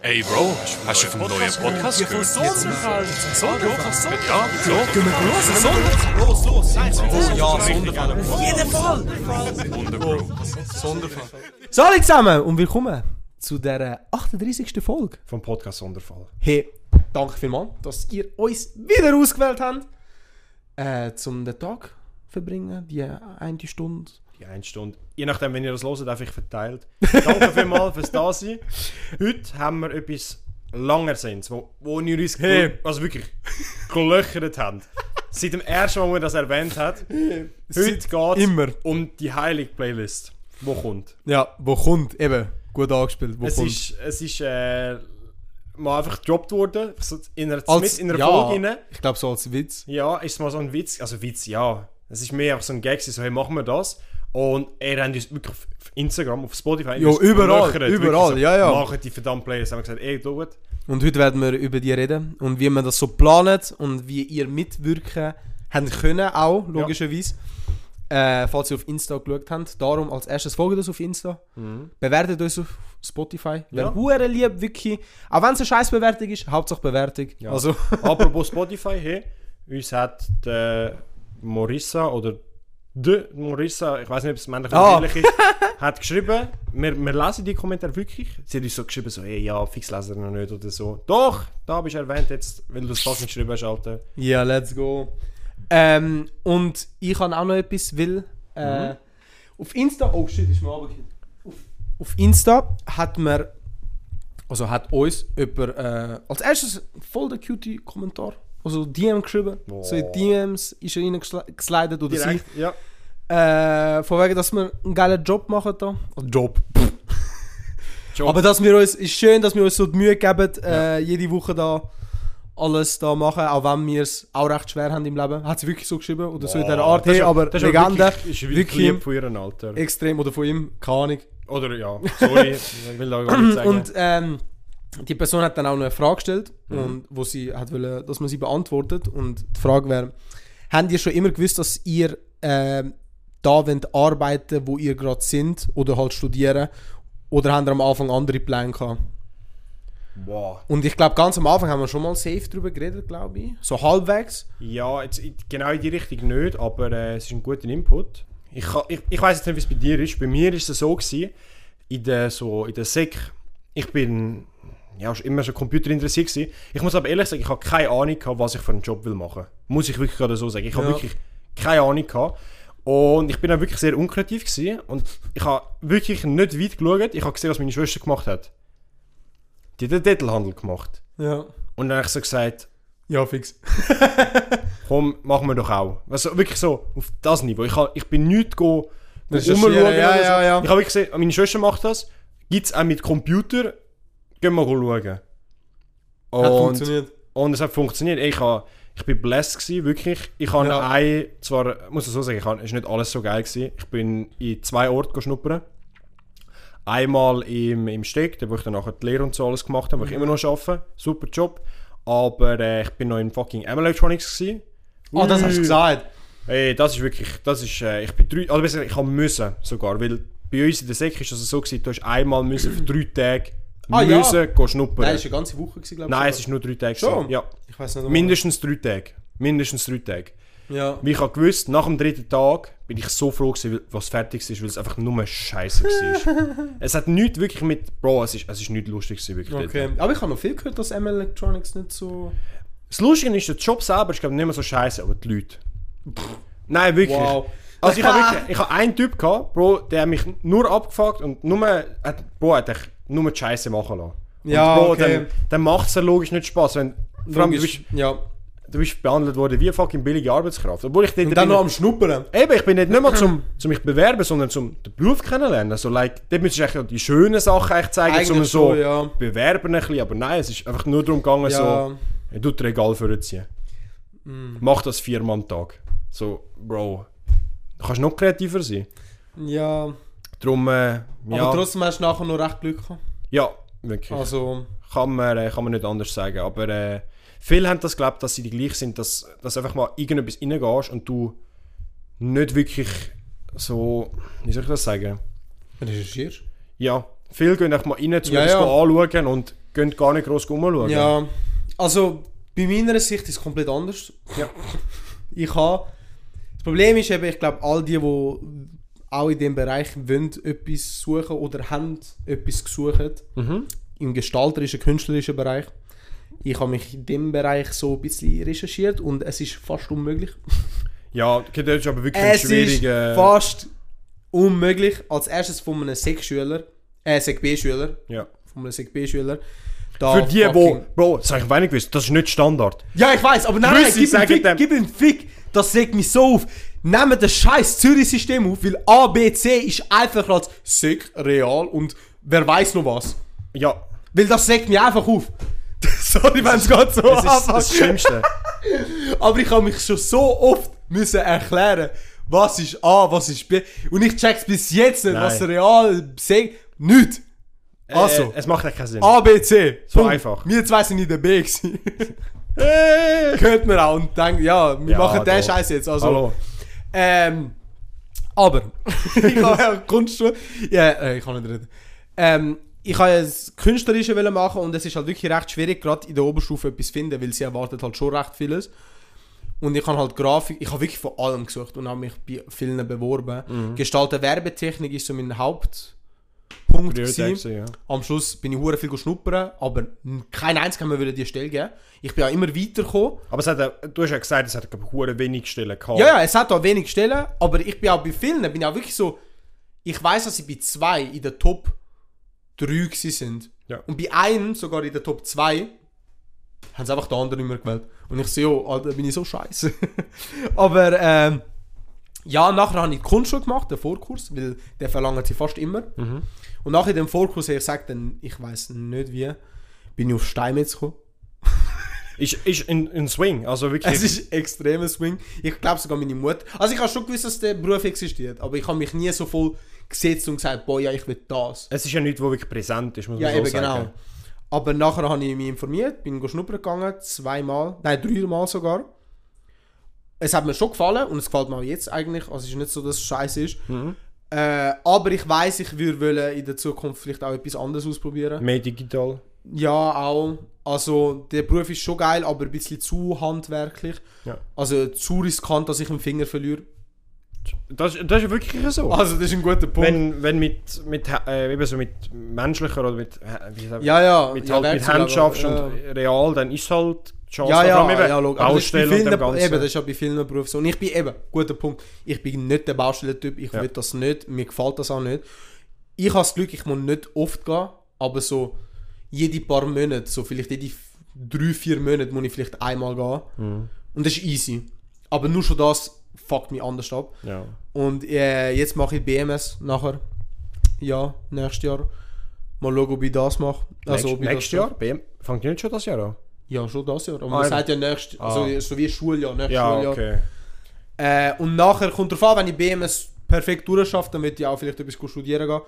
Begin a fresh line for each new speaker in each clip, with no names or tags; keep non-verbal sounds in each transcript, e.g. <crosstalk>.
Ey, Bro, hast du vom neuen Podcast gehört?
Sonderfall! Sonderfall!
Ja, klar.
Gehen wir los! Sonderfall!
Los, los, nein, oh, ja, Sonderfall.
Jeden Fall!
Oh, Sonderfall.
So, alle zusammen und willkommen zu der 38. Folge.
vom Podcast Sonderfall.
Hey, danke vielmals, dass ihr uns wieder ausgewählt habt, äh, zum den Tag zu verbringen, die eine Stunde.
Die eine Stunde. Je nachdem, wenn ihr das hört, einfach verteilt. Danke vielmals fürs Dasein. Heute haben wir etwas Langerseins, wo, wo ihr uns hey. also wirklich gelöchert habt. Seit dem ersten Mal, wo wir das erwähnt hat. Heute
Seit
geht
immer.
um die Heilig-Playlist, wo kommt.
Ja, wo kommt, eben, gut angespielt, wo
es ist, es ist äh, mal einfach gedroppt worden, so in einer,
Als-
mit in einer
ja.
Folge rein.
Ich glaube so als Witz.
Ja, ist mal so ein Witz, also Witz, ja. Es ist mehr einfach so ein Gag, so hey, machen wir das. Und er hat uns wirklich auf auf Instagram, auf Spotify,
Jo,
uns
überall,
gelöchert. Wirklich
überall, ja, ja.
Machen die verdammten Playlist. Haben wir gesagt, ey, du gut.
Und heute werden wir über die reden und wie man das so planet und wie ihr mitwirken haben können, auch logischerweise. Äh, falls ihr auf Insta geschaut habt. Darum als erstes folgt uns auf Insta. Bewertet uns auf Spotify. Wäre
Mhm. Ja.
hure lieb, wirklich. Auch wenn es eine scheiß Bewertung ist, Hauptsache Bewertung. <laughs>
Ja.
Also,
Apropos Spotify, hey, uns hat der Morissa oder de Morissa, ich weiß nicht, ob es männlich oder
Ah.
männlich
<laughs>
ist, hat geschrieben, wir, wir lesen die Kommentare wirklich. Sie hat uns so geschrieben, so, hey, ja, fix lesen wir noch nicht oder so. Doch, da habe ich erwähnt jetzt, weil du das fast nicht geschrieben hast, Alter.
Ja, let's go. Ähm, und ich habe auch noch etwas, weil äh,
Mhm.
auf Insta, oh shit, ist mir runtergefallen. auf, auf Insta hat mir, also hat uns jemand äh, als erstes voll der cutie Kommentar, also DM geschrieben,
Boah.
so in DMs ist er reingeslidet oder sie.
Direkt, ja.
Äh, von wegen, dass wir einen geilen Job machen da. Also Job.
Job.
Aber dass wir uns, ist schön, dass wir uns so die Mühe geben, äh, jede Woche da alles da machen, auch wenn wir es auch recht schwer haben im Leben. Hat sie wirklich so geschrieben oder so in der Art, Ah. hey, aber
das ist
Legende,
wirklich, ist wirklich
wirklich,
lieb von ihrem Alter.
extrem oder von ihm, keine Ahnung.
Oder ja, sorry, ich will da gar nicht
<laughs>
sagen.
Und ähm, die Person hat dann auch noch eine Frage gestellt, und wo sie hat wollen, dass man sie beantwortet. Und die Frage wäre, habt ihr schon immer gewusst, dass ihr ähm, da wollt arbeiten wo ihr gerade sind oder halt studieren? Oder habt ihr am Anfang andere Pläne gehabt?
Boah.
Und ich glaube, ganz am Anfang haben wir schon mal safe drüber geredet, glaube ich. So halbwegs.
Ja, jetzt, in- genau in die Richtung nicht, aber äh, es ist ein guter Input. Ich, kann- ich, ich weiß jetzt nicht, wie es bei dir ist. Bei mir ist es so gewesen, in der so in der Sek. Ich bin ja schon immer schon Computer interessiert gewesen. Ich muss aber ehrlich sagen, ich habe keine Ahnung gehabt, was ich für einen Job will machen. Muss ich wirklich gerade so sagen. Ich habe
Ja.
wirklich keine Ahnung gehabt. Und ich bin dann wirklich sehr unkreativ gewesen. und ich habe wirklich nicht weit geschaut. Ich habe gesehen, was meine Schwester gemacht hat. Die hat den Dettelhandel gemacht.
Ja.
Und dann habe ich so gesagt,
Ja, fix.
komm, machen wir doch auch. Also wirklich so, auf das Niveau. Ich, kann, ich bin nicht go go
Recherchieren,
rumschauen
ja,
oder so.
ja, ja.
Ich habe wirklich gesehen, meine Schwester macht das, gibt es auch mit Computer, gehen wir go schauen.
Hat
Und,
funktioniert.
und es hat funktioniert. Ich, habe, ich bin blessed gewesen, wirklich. Ich habe
Ja.
ein, zwar, muss ich so sagen, ich habe, es ist nicht alles so geil gewesen. Ich bin in zwei Orte schnuppern. Einmal im, im Steg, da wo ich dann nachher die Lehre und so alles gemacht habe, wo ich
Mhm.
immer noch arbeite. Super Job. Aber äh, ich bin noch in fucking M Electronics gewesen.
Ah, das hast du
Ui.
gesagt.
Ey, das ist wirklich, das ist, äh, ich bin drei, also besser, gesagt, ich habe müssen sogar, weil bei uns in der Sek ist das so gewesen, du hast einmal müssen für drei Tage
Ah, ja.
müssen gehen schnuppern.
Nein,
Nein,
das war eine ganze Woche, glaube ich.
es ist nur drei Tage.
Schon?
gewesen, Ja,
Ich weiß nicht. ob-
mindestens drei Tage, mindestens drei Tage.
Ja.
Wie ich habe gewusst, nach dem dritten Tag bin ich so froh gewesen, weil- was fertig ist, weil es einfach nur
<laughs>
Scheiße war. es hat nichts wirklich mit, Bro, es ist, es ist nicht lustig gewesen, wirklich. dort.
Okay. Aber ich habe noch viel gehört, dass M Electronics nicht so.
Das Lustige ist, der Job selber ist glaube ich nicht mehr so scheiße, aber die Leute. Nein, wirklich.
Wow.
Also ich habe wirklich, ich habe einen Typ gehabt, Bro, der hat mich nur abgefuckt und nur, hat, Bro, hat dich nur die Scheiße machen lassen. Und
Ja,
Bro,
okay.
dann, dann macht es ja logisch nicht Spaß, wenn vor allem, du, bist,
Logisch. ja.
du bist behandelt worden wie fucking billige Arbeitskraft. Obwohl ich dort
Und dann
bin-
noch am Schnuppern.
Eben, ich bin nicht, nicht mal zum, zum mich bewerben, sondern zum den Beruf kennenlernen. Also, like, dort müsstest du eigentlich noch die schönen Sachen echt zeigen, zum
Eigentlich
so
schon, ja.
bewerben ein bisschen. Aber nein, es ist einfach nur darum gegangen,
Ja. Mm.
so, hey, du das Regal vorziehen. Mach das viermal am Tag. So, Bro, du kannst noch kreativer sein.
Ja.
Darum, äh,
Aber
ja,
trotzdem hast du nachher noch recht Glück gehabt.
ja, wirklich.
Also.
Kann, man, äh, kann man nicht anders sagen. Aber äh, viele haben das geglaubt, dass sie die gleich sind, dass, dass einfach mal irgendetwas reingehst und du nicht wirklich so, wie soll ich das sagen?
Recherchierst.
Ja, viele gehen einfach mal rein, um
Ja,
das
ja.
mal anschauen und gehen gar nicht gross rumschauen.
Ja, also bei meiner Sicht ist es komplett anders.
Ja.
<laughs> Ich habe. Das Problem ist eben, ich glaube, all die, die auch in dem Bereich wollen, etwas suchen oder haben etwas gesucht,
Mhm.
im gestalterischen, künstlerischen Bereich. Ich habe mich in dem Bereich so ein bisschen recherchiert und es ist fast unmöglich.
Ja, okay, das ist aber wirklich ein
Es ist
schwieriger...
fast unmöglich, als erstes von einem Sek-Schüler, äh, Sek-B-Schüler,
Ja.
von einem Sek-B-Schüler.
Für die, die... Bro, das habe ich wenig gewusst, das ist nicht Standard.
Ja, ich weiß, aber nein, nein
Grüße,
gib, einen
sagen
Fick,
dem.
gib einen Fick, das regt mich so auf. Nehmt das scheiß Zürich-System auf, weil A, B, C ist einfach als sick, real und wer weiß noch was. <laughs>
Ja,
Weil das regt mich einfach auf. <laughs> Sorry, wenn es gerade so
das ist das
anfängt. <laughs>
Schlimmste.
Aber ich habe mich schon so oft müssen erklären, was ist A, was ist B. Und ich check's bis jetzt nicht,
Nein.
was real, C, nichts. Also,
Äh, es macht echt keinen Sinn.
A, B, C.
So
Punkt.
einfach.
Wir zwei sind in der B
<laughs>
gewesen. Hört man auch und denkt, ja, wir
Ja,
machen den
doch.
Scheiß jetzt. Also,
Hallo.
ähm, aber, ich habe <laughs> ja Kunstschule. Ja, äh, ich kann nicht reden. Ähm, ich wollte ja das Künstlerische wollen machen und es ist halt wirklich recht schwierig, gerade in der Oberstufe etwas zu finden, weil sie erwartet halt schon recht vieles. Und ich habe halt Grafik, ich habe wirklich von allem gesucht und habe mich bei vielen beworben. Gestalten Werbetechnik ist so mein Hauptpunkt. gewesen.
Priorität, ja.
Am Schluss bin ich hure viel schnuppern, aber n- kein einziger mir würde die Stelle geben. Ich bin ja immer weitergekommen.
Aber es hat, äh, du hast ja gesagt, es hat glaub ich, hure wenig Stellen gehabt.
Ja, ja, es hat auch wenig Stellen, aber ich bin auch bei vielen, bin ich auch wirklich so, ich weiß, dass ich bei zwei in der Top 3 gewesen sind.
Ja.
Und bei einem sogar in der Top 2 haben sie einfach den anderen nicht mehr gewählt. Und ich sehe, oh, Alter, bin ich so scheiße. <laughs> aber ähm, ja, nachher habe ich die Kunstschule gemacht, den Vorkurs, weil den verlangen sie fast immer. Und nachher in dem Vorkurs, ich sage dann, ich weiß nicht wie, bin ich auf Steinmetz gekommen.
Ist, ist in, in Swing, also wirklich.
Es ist extremer Swing. Ich glaube sogar meine Mutter. Also ich habe schon gewusst, dass der Beruf existiert, aber ich habe mich nie so voll gesetzt und gesagt, boah, ja, ich will das.
es ist ja nichts, wo wirklich präsent ist, muss
Ja,
man so
eben
sagen.
genau. Aber nachher habe ich mich informiert, bin go schnuppern gegangen, zweimal, nein, dreimal sogar. Es hat mir schon gefallen und es gefällt mir auch jetzt eigentlich. Also es ist nicht so, dass es scheiße ist. Äh, aber ich weiß, ich würde wollen in der Zukunft vielleicht auch etwas anderes ausprobieren.
Mehr digital.
Ja, auch. Also, der Beruf ist schon geil, aber ein bisschen zu handwerklich.
Ja.
Also, zu riskant, dass ich einen Finger verliere.
Das, das ist wirklich so.
Also, das ist ein guter Punkt.
wenn, wenn mit, mit, äh, eben so mit menschlicher oder mit, äh, wie sagt-
ja, ja.
mit,
ja,
halt, mit
Werkzeug,
Hand schaffst
aber,
und real, dann ist halt die Chance
Ja,
vor allem
ja,
eben
ja, logisch. Aber das ist bei
Baustelle und
vielen-
dem Ganzen.
Eben, das ist ja bei vielen Berufen so. Und ich bin eben, guter Punkt, ich bin nicht der Baustellentyp, ich
Ja.
will das nicht, mir gefällt das auch nicht. Ich habe das Glück, ich muss nicht oft gehen, aber so jede paar Monate, so vielleicht jede f- drei, vier Monate muss ich vielleicht einmal gehen.
Mhm.
Und das ist easy. Aber nur schon das fuckt mich anders ab.
ja.
Und äh, jetzt mache ich BMS nachher. Ja, nächstes Jahr. Mal schauen, ob ich das mache.
Also,
ob ich das
nächstes Jahr? BM, fängt ihr nicht schon das Jahr an?
ja, schon das Jahr. Aber
Ah,
man
eben.
sagt ja nächstes, also
Ah.
so wie Schuljahr, nächstes
Ja,
Schuljahr.
okay.
Äh, und nachher kommt drauf an, wenn ich BMS perfekt durchschaffe, dann würde ich auch vielleicht etwas studieren gehen.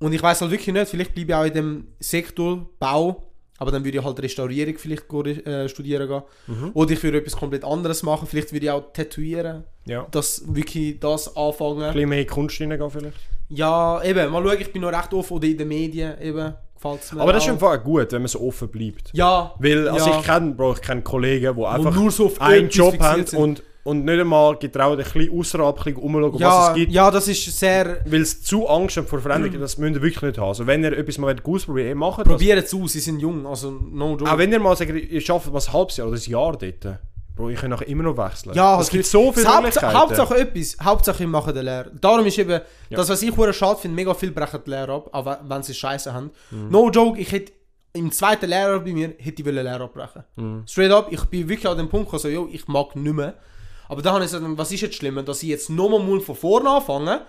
Und ich weiß halt wirklich nicht, vielleicht bleibe ich auch in dem Sektor Bau, aber dann würde ich halt Restaurierung vielleicht go- äh, studieren gehen.
Mhm.
Oder ich würde etwas komplett anderes machen, vielleicht würde ich auch tätowieren,
Ja. Ein
das wirklich das anfangen.
bisschen mehr in die Kunst reingehen vielleicht.
Ja, eben, mal schauen, ich bin noch recht offen oder in den Medien, eben, gefällt es mir
Aber das ist
auch.
im Fall gut, wenn man so offen bleibt.
Ja,
Weil, also
ja.
ich kenne, Bro, ich kenne Kollegen, die einfach
nur so auf
einen
etwas
Job
fixiert
haben
sind.
und, und nicht einmal getraut, ein bisschen außerhalb, ein bisschen rumschauen, was
ja,
es gibt.
ja, das ist sehr...
Weil es zu Angst haben vor Veränderungen, das müsst ihr wirklich nicht haben. Also wenn ihr etwas mal ausprobieren wollt, macht das.
Probieren es aus, sie sind jung, also no joke.
Auch wenn ihr mal sagt, ihr schafft was ein halbes Jahr oder ein Jahr dort. Bro, ich kann nachher immer noch wechseln.
Ja,
es gibt so viele
Hauptsache,
Möglichkeiten.
Hauptsache etwas. Hauptsache, wir machen den Lehrer. Darum ist eben,
Ja.
das, was ich hure schade finde, mega viel brechen die Lehrer ab, auch we- wenn sie Scheiße haben.
Mhm.
No joke, ich hätte im zweiten Lehrer bei mir, hätte ich wollen Lehrer abbrechen.
Mhm.
Straight up, ich bin wirklich an dem Punkt gekommen, so, yo, ich mag nicht mehr. Aber dann habe ich gesagt, was ist jetzt schlimmer, dass ich jetzt nochmal mal von vorne anfangen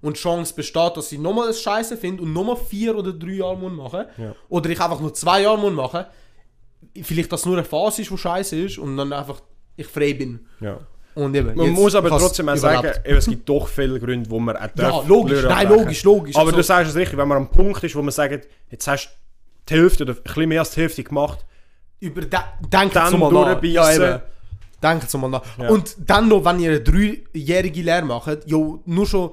und die Chance besteht, dass ich nochmal das Scheiße finde und nochmal vier oder drei Jahre muss machen
Ja.
oder ich einfach nur zwei Jahre muss machen. Vielleicht, dass nur eine Phase ist, wo Scheiße ist und dann einfach ich frei bin.
Ja.
Und eben,
Man
jetzt-
muss aber
ich hab's
trotzdem auch sagen,
überlebt.
eben, es gibt doch viele Gründe, wo man auch
Ja,
darf
logisch,
Lehrer
nein,
abbrechen.
logisch, logisch.
Aber du
Also,
sagst es richtig, wenn man am Punkt ist, wo man sagt, jetzt hast du die Hälfte oder ein bisschen mehr als die Hälfte gemacht,
über da, denkt
dann
so mal nach.
durchbeissen.
Denkt so mal nach.
Ja.
Und dann noch, wenn ihr eine dreijährige Lehre macht, jo, nur schon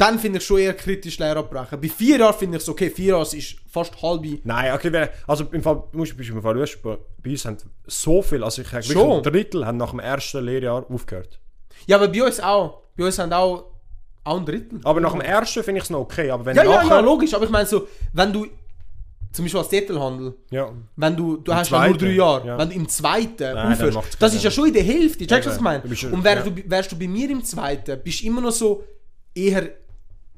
Dann finde ich schon eher kritisch Lehre abbrechen. Bei vier Jahren finde ich es okay. Vier Jahre ist fast halbe.
Nein, okay, wenn, also im Fall, musst du bist im Fall schaust, bei bei uns haben so viel, also ich sage
Schon?
wirklich ein Drittel haben nach dem ersten Lehrjahr aufgehört.
Ja, aber bei uns auch. Bei uns haben auch, auch ein Drittel.
Aber nach dem ersten finde ich es noch okay, aber wenn
Ja, ja,
Ah, nachher...
ja, logisch. Aber ich meine so, wenn du zum Beispiel als Zettelhandel,
ja.
wenn du, du hast ja nur
zweiten,
drei Jahre,
ja.
wenn du im zweiten
dann macht's
aufhörst, das
keinen
ist ja schon in der Hälfte, checkst du, was ich
Eben.
meine?
Du bist ja-
Und wär
ja.
du, wärst du bei mir im zweiten, bist du immer noch so eher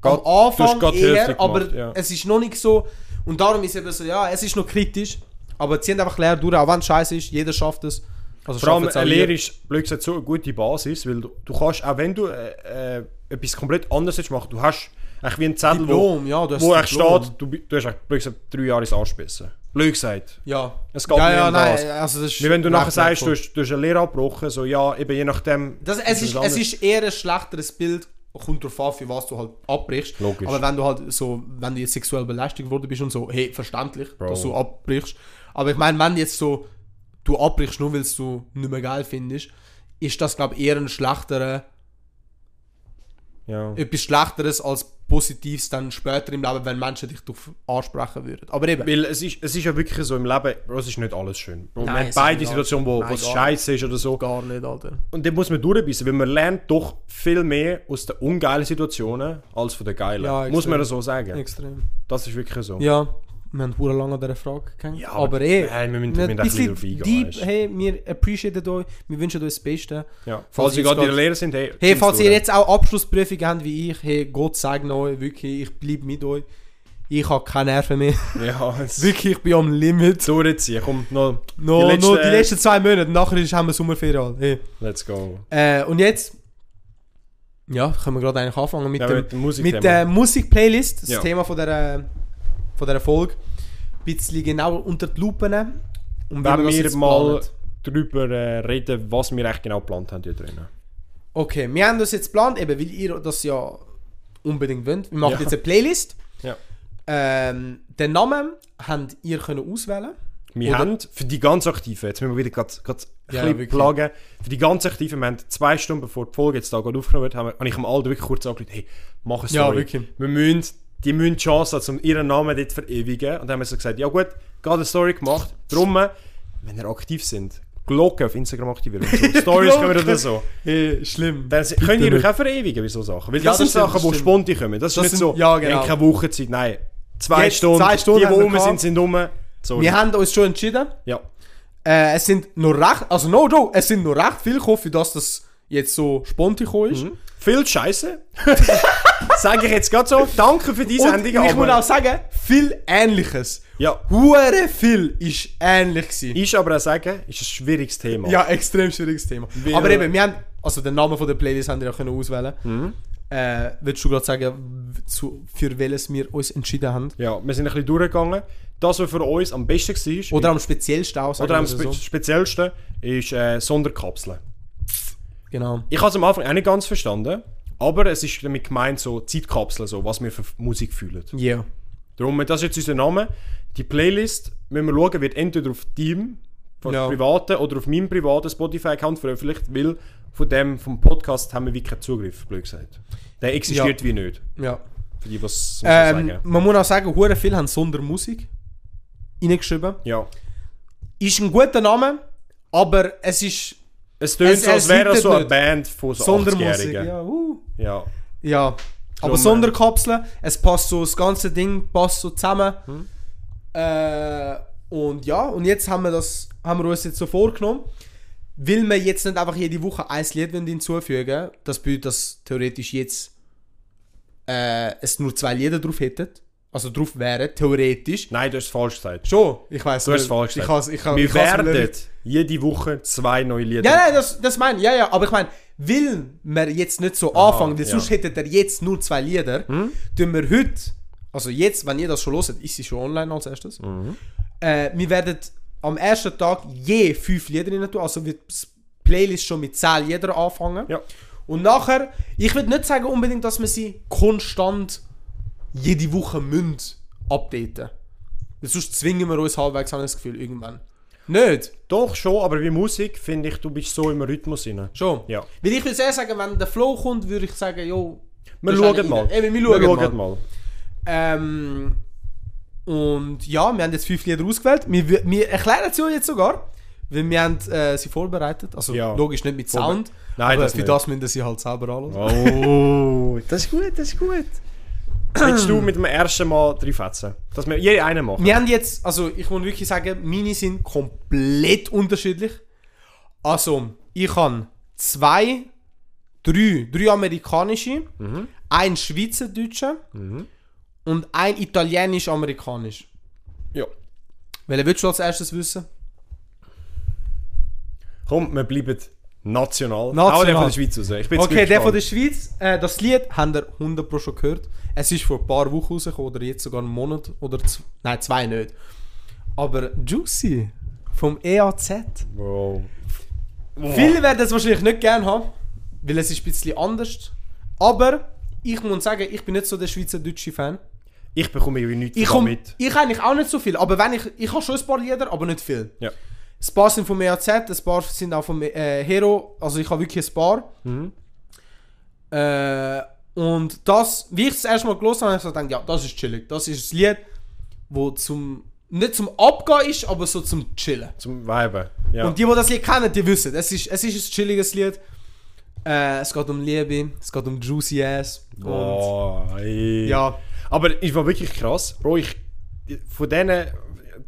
Gott,
am Anfang
du hast gerade die Hälfte
eher,
gemacht,
aber
ja.
es ist noch nicht so. Und darum ist eben so, ja, es ist noch kritisch, aber ziehen einfach leer durch, auch wenn es scheiße ist, jeder schafft es. Also
Vor allem
schafft's auch
eine
ihr.
Lehre ist, blöd gesagt, so eine gute Basis, weil du, du kannst, auch wenn du äh, äh, etwas komplett anderes willst machen, du hast eigentlich wie ein Zettel,
Diplom,
wo,
ja, du hast
wo
das
eigentlich
Diplom.
steht, du, bi- du hast eigentlich, blöd gesagt, drei Jahre ins Arsch gebissen. Blöd gesagt.
Ja.
Es geht
ja,
nicht
ja,
um
nein,
das.
also das ist
Wie wenn du
nein,
nachher sagst,
nein,
du hast, du hast eine Lehre abgebrochen, so ja, eben je nachdem...
Das, es, ist,
anders.
es ist eher ein schlechteres Bild, kommt drauf an, für was du halt abbrichst.
Logisch.
Aber wenn du halt so, wenn du jetzt sexuell belästigt worden bist und so, hey, verständlich,
Bro.
dass du abbrichst. Aber ich meine, wenn jetzt so, du abbrichst nur, weil du nicht mehr geil findest, ist das, glaube ich, eher ein schlechterer,
Ja.
etwas schlechteres als positives dann später im Leben, wenn Menschen dich darauf ansprechen würden. Aber eben,
Weil es ist, es ist ja wirklich so im Leben, Bro, es ist nicht alles schön. Bro,
Nein, es
wir haben
ist
beide
nicht
Situationen, wo
alles-
wo es
Nein, gar
scheiße ist oder so.
gar nicht, Alter.
Und dann muss man durchbissen, weil man lernt doch viel mehr aus den ungeilen Situationen als von den geilen.
Ja,
muss man
extrem.
so sagen.
Extrem.
Das ist wirklich so.
Ja, wir haben hure lange an dieser Frage gehängt.
Ja,
aber,
aber-
eh,
Nein, wir müssen-
wir
wir
ein
müssen ein
bisschen
bisschen drauf eingehen,
deep,
weißt du.
hey, wir appreciaten euch, wir wünschen euch das Beste.
Ja.
Falls
Falls ihr
jetzt
gerade in der
gerade-
Lehre sind, hey,
Hey, falls ihr
zurück.
jetzt auch Abschlussprüfungen habt wie ich, hey, Gott segne euch, wirklich, ich bleibe mit euch. Ich habe keine Nerven mehr. <laughs>
Ja, jetzt
wirklich, ich bin am Limit.
durchziehen. Komm, noch
No, die, no, die letzten zwei Monate, nachher ist, haben wir Sommerferien. Alter. Hey.
Let's go.
Äh, und jetzt, ja, können wir gerade eigentlich anfangen mit
Ja,
dem
mit dem Musikthema.
mit der Musik-Playlist, das
Ja.
Thema von der, von der Folge, ein bisschen genauer unter die Lupe nehmen. Und wie
Wenn
das
wir
jetzt
mal
planen.
drüber äh, reden, was wir echt genau geplant haben hier drinnen.
Okay, wir haben das jetzt geplant, eben weil ihr das ja unbedingt wollt. Wir machen
Ja.
jetzt eine Playlist.
Ja.
Ähm, den Namen habt ihr können auswählen
Wir
Oder-
haben für die ganz Aktiven, jetzt müssen wir wieder gerade gerade ein
Ja,
bisschen
wirklich.
plagen, für die ganz Aktiven, wir haben zwei Stunden bevor die Folge jetzt da gerade aufgenommen wird, haben wir- habe ich am Aldo wirklich kurz angerufen, hey, mach es
Ja, wirklich.
Wir müssen, die müssen die Chance haben, um ihren Namen dort verewigen. Und dann haben wir so gesagt, ja gut, gerade eine Story gemacht, drum, wenn ihr aktiv sind, Glocke auf Instagram aktivieren. und
<laughs>
So. Stories können wir oder so.
Hey, schlimm.
Dann se- könnt ihr
nicht.
euch auch verewigen bei so Sachen. Weil
Ja, das
das, sind
stimmt, das
Sachen, die
stimmt.
spontan kommen. Das,
Das
ist nicht
sind-
so,
ja,
wir haben
genau.
keine Woche Zeit, nein. Zwei
Jetzt
Stunden,
zwei Stunden
die,
haben
die
wir
rum
gehabt.
sind, sind rum. Sorry.
Wir haben uns schon entschieden.
ja.
Äh, es sind nur recht, also no joke, es sind nur recht viele gekommen, für das das jetzt so spontan gekommen
Mhm.
ist.
Viel Scheiße. <laughs> Sage ich jetzt gerade so. Danke für die
Und
Sendung.
ich muss
aber-
auch sagen, viel Ähnliches.
ja,
Hure viel ist ähnlich gewesen.
ist aber auch sagen, ist ein schwieriges Thema.
Ja, extrem schwieriges Thema.
Weil-
Aber eben, wir haben, also den Namen von der Playlist haben wir ja können auswählen.
Mhm.
Äh, willst du gerade sagen, w- zu, für welches wir uns entschieden haben?
ja, wir sind ein bisschen durchgegangen. Das, was für uns am besten war,
Oder am speziellsten auch, sagen
oder
wir
am
es
spe speziellsten, ist äh, Sonderkapseln.
Genau.
Ich habe es am Anfang auch nicht ganz verstanden, aber es ist damit gemeint, so Zeitkapseln, so, was wir für Musik fühlen.
Ja. Yeah.
Darum, das ist jetzt unser Name. Die Playlist, wenn wir schauen, wird entweder auf Team von
Ja.
privaten oder auf meinem privaten Spotify-Account veröffentlicht, weil von dem vom Podcast haben wir wie keinen Zugriff, blöd gesagt. Der existiert wie nicht.
Ja.
Für die, was muss man
Ähm,
sagen.
man muss auch sagen, hure viel haben Sondermusik reingeschrieben.
Ja.
Ist ein guter Name, aber es ist
Es tönt
Es-
so, als
es
wäre
liegt
so eine
nicht.
Band von so
Sondermusik.
80-Jährigen. Ja.
Ja, uh.
ja.
Ja. Aber
Drum, äh,
Sonderkapseln, es passt so, das ganze Ding passt so zusammen.
Hm.
Äh, und ja, und jetzt haben wir das, haben wir uns jetzt so vorgenommen. Will man jetzt nicht einfach jede Woche ein Lied wollen hinzufügen, das bedeutet, dass theoretisch jetzt äh, es nur zwei Lieder drauf hätten, also drauf wären, theoretisch.
Nein, du hast es falsch gesagt.
Schon, ich weiß
Du hast es falsch
ich
gesagt.
has, ich has,
wir
ich has
werden jede Woche zwei neue Lieder.
Ja, nein, das, das meine ich. Ja, ja, aber ich meine, will wir jetzt nicht so anfangen, weil
ja. Hm?
sonst hättet ihr jetzt nur zwei Lieder, tun wir heute, also jetzt, wenn ihr das schon hört, ist sie schon online als erstes.
Mhm.
Äh, wir werden am ersten Tag je fünf Lieder rein tun, also wird die Playlist schon mit zehn Liedern anfangen.
Ja.
Und nachher, ich würde nicht sagen unbedingt, dass wir sie konstant jede Woche münd updaten. Weil Sonst zwingen wir uns halbwegs an das Gefühl irgendwann. Nicht?
Doch schon, aber wie Musik finde ich, du bist so im Rhythmus rein.
Schon.
Ja.
Weil ich würde eher sagen, wenn der Flow kommt, würde ich sagen, jo,
Wir
Das ist
schauen
eigentlich-
mal.
Eben, wir schauen
mal.
Ähm, und ja, wir haben jetzt fünf Lieder ausgewählt. Wir, wü- wir erklären sie euch jetzt sogar, weil wir haben äh, sie vorbereitet. Also
Ja.
logisch nicht mit
Vorbe-
Sound,
Nein,
aber
das
für
nicht.
das müssen sie halt selber anhören.
Oh, das ist gut, das ist gut. Willst du mit dem ersten Mal drei fetzen? Dass wir jeder einen machen?
Wir haben jetzt, also ich muss wirklich sagen, meine sind komplett unterschiedlich. Also, ich habe zwei, drei, drei amerikanische,
Mhm.
ein schweizerdeutsche und ein italienisch-amerikanisch.
Ja.
Welchen willst du als erstes wissen?
Komm, wir bleiben national.
National.
Auch der von der Schweiz raus. Ich bin jetzt
Okay,
wirklich
der von der
gespannt.
Schweiz, äh, das Lied habt ihr 100% schon gehört. Es ist vor ein paar Wochen rausgekommen oder jetzt sogar einen Monat oder z- nein, zwei nicht. Aber Juicy vom E EAZ.
Wow.
Viele werden es wahrscheinlich nicht gerne haben, weil es ist ein bisschen anders. Aber ich muss sagen, ich bin nicht so der schweizerdeutsche Fan.
Ich bekomme irgendwie nichts
Ich,
davon
komm,
mit.
ich eigentlich auch nicht so viel, aber wenn ich, ich habe schon ein paar Lieder, aber nicht viel.
Ja.
Ein paar sind vom EAZ, ein paar sind auch vom äh, Hero, also ich habe wirklich ein paar. Äh, und das, wie ich es erstmal gelesen habe, habe ich so gedacht, ja, das ist chillig. Das ist ein Lied, wo zum, nicht zum Abgehen ist, aber so zum Chillen.
Zum Weiben. Ja.
Und die, die das Lied kennen, die wissen, es ist, es ist ein chilliges Lied. Äh, es geht um Liebe, es geht um Juicy Ass. Und
Boah, ey.
ja,
Aber es war wirklich krass. Bro, ich. Von denen.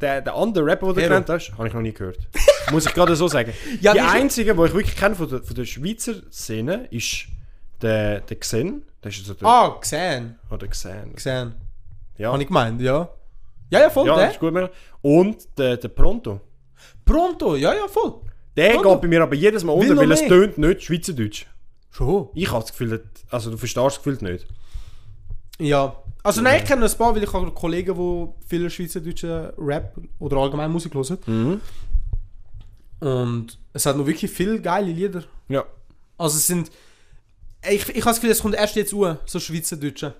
Der, der andere Rapper, den du
Hero.
genannt hast, habe ich noch
<laughs>
nie gehört. Muss ich gerade so sagen.
Ja,
die
das ist-
einzige, die ich wirklich kenne von der, von der Schweizer Szene, ist der, der Xen. Das ist so der.
ah, gesehen,
Oder Xen.
gesehen.
Ja.
Habe ich gemeint, ja. Ja, ja, voll,
ja, das
der.
ist gut. Mira. Und der, der Pronto.
Pronto, ja, ja, voll.
Der
Pronto.
geht bei mir aber jedes Mal unter,
noch
weil es
mehr.
tönt nicht Schweizerdeutsch.
Schon.
Ich habe das Gefühl, dass- also du verstehst es gefühlt nicht.
Ja. Also nein, ich kenne ein paar, weil ich habe Kollegen, die viel schweizerdeutschen Rap oder allgemein Musik hören.
Mhm.
Und es hat noch wirklich viele geile Lieder.
Ja.
Also es sind... Ich, ich habe das Gefühl, es kommt erst jetzt an, so schweizerdeutsche.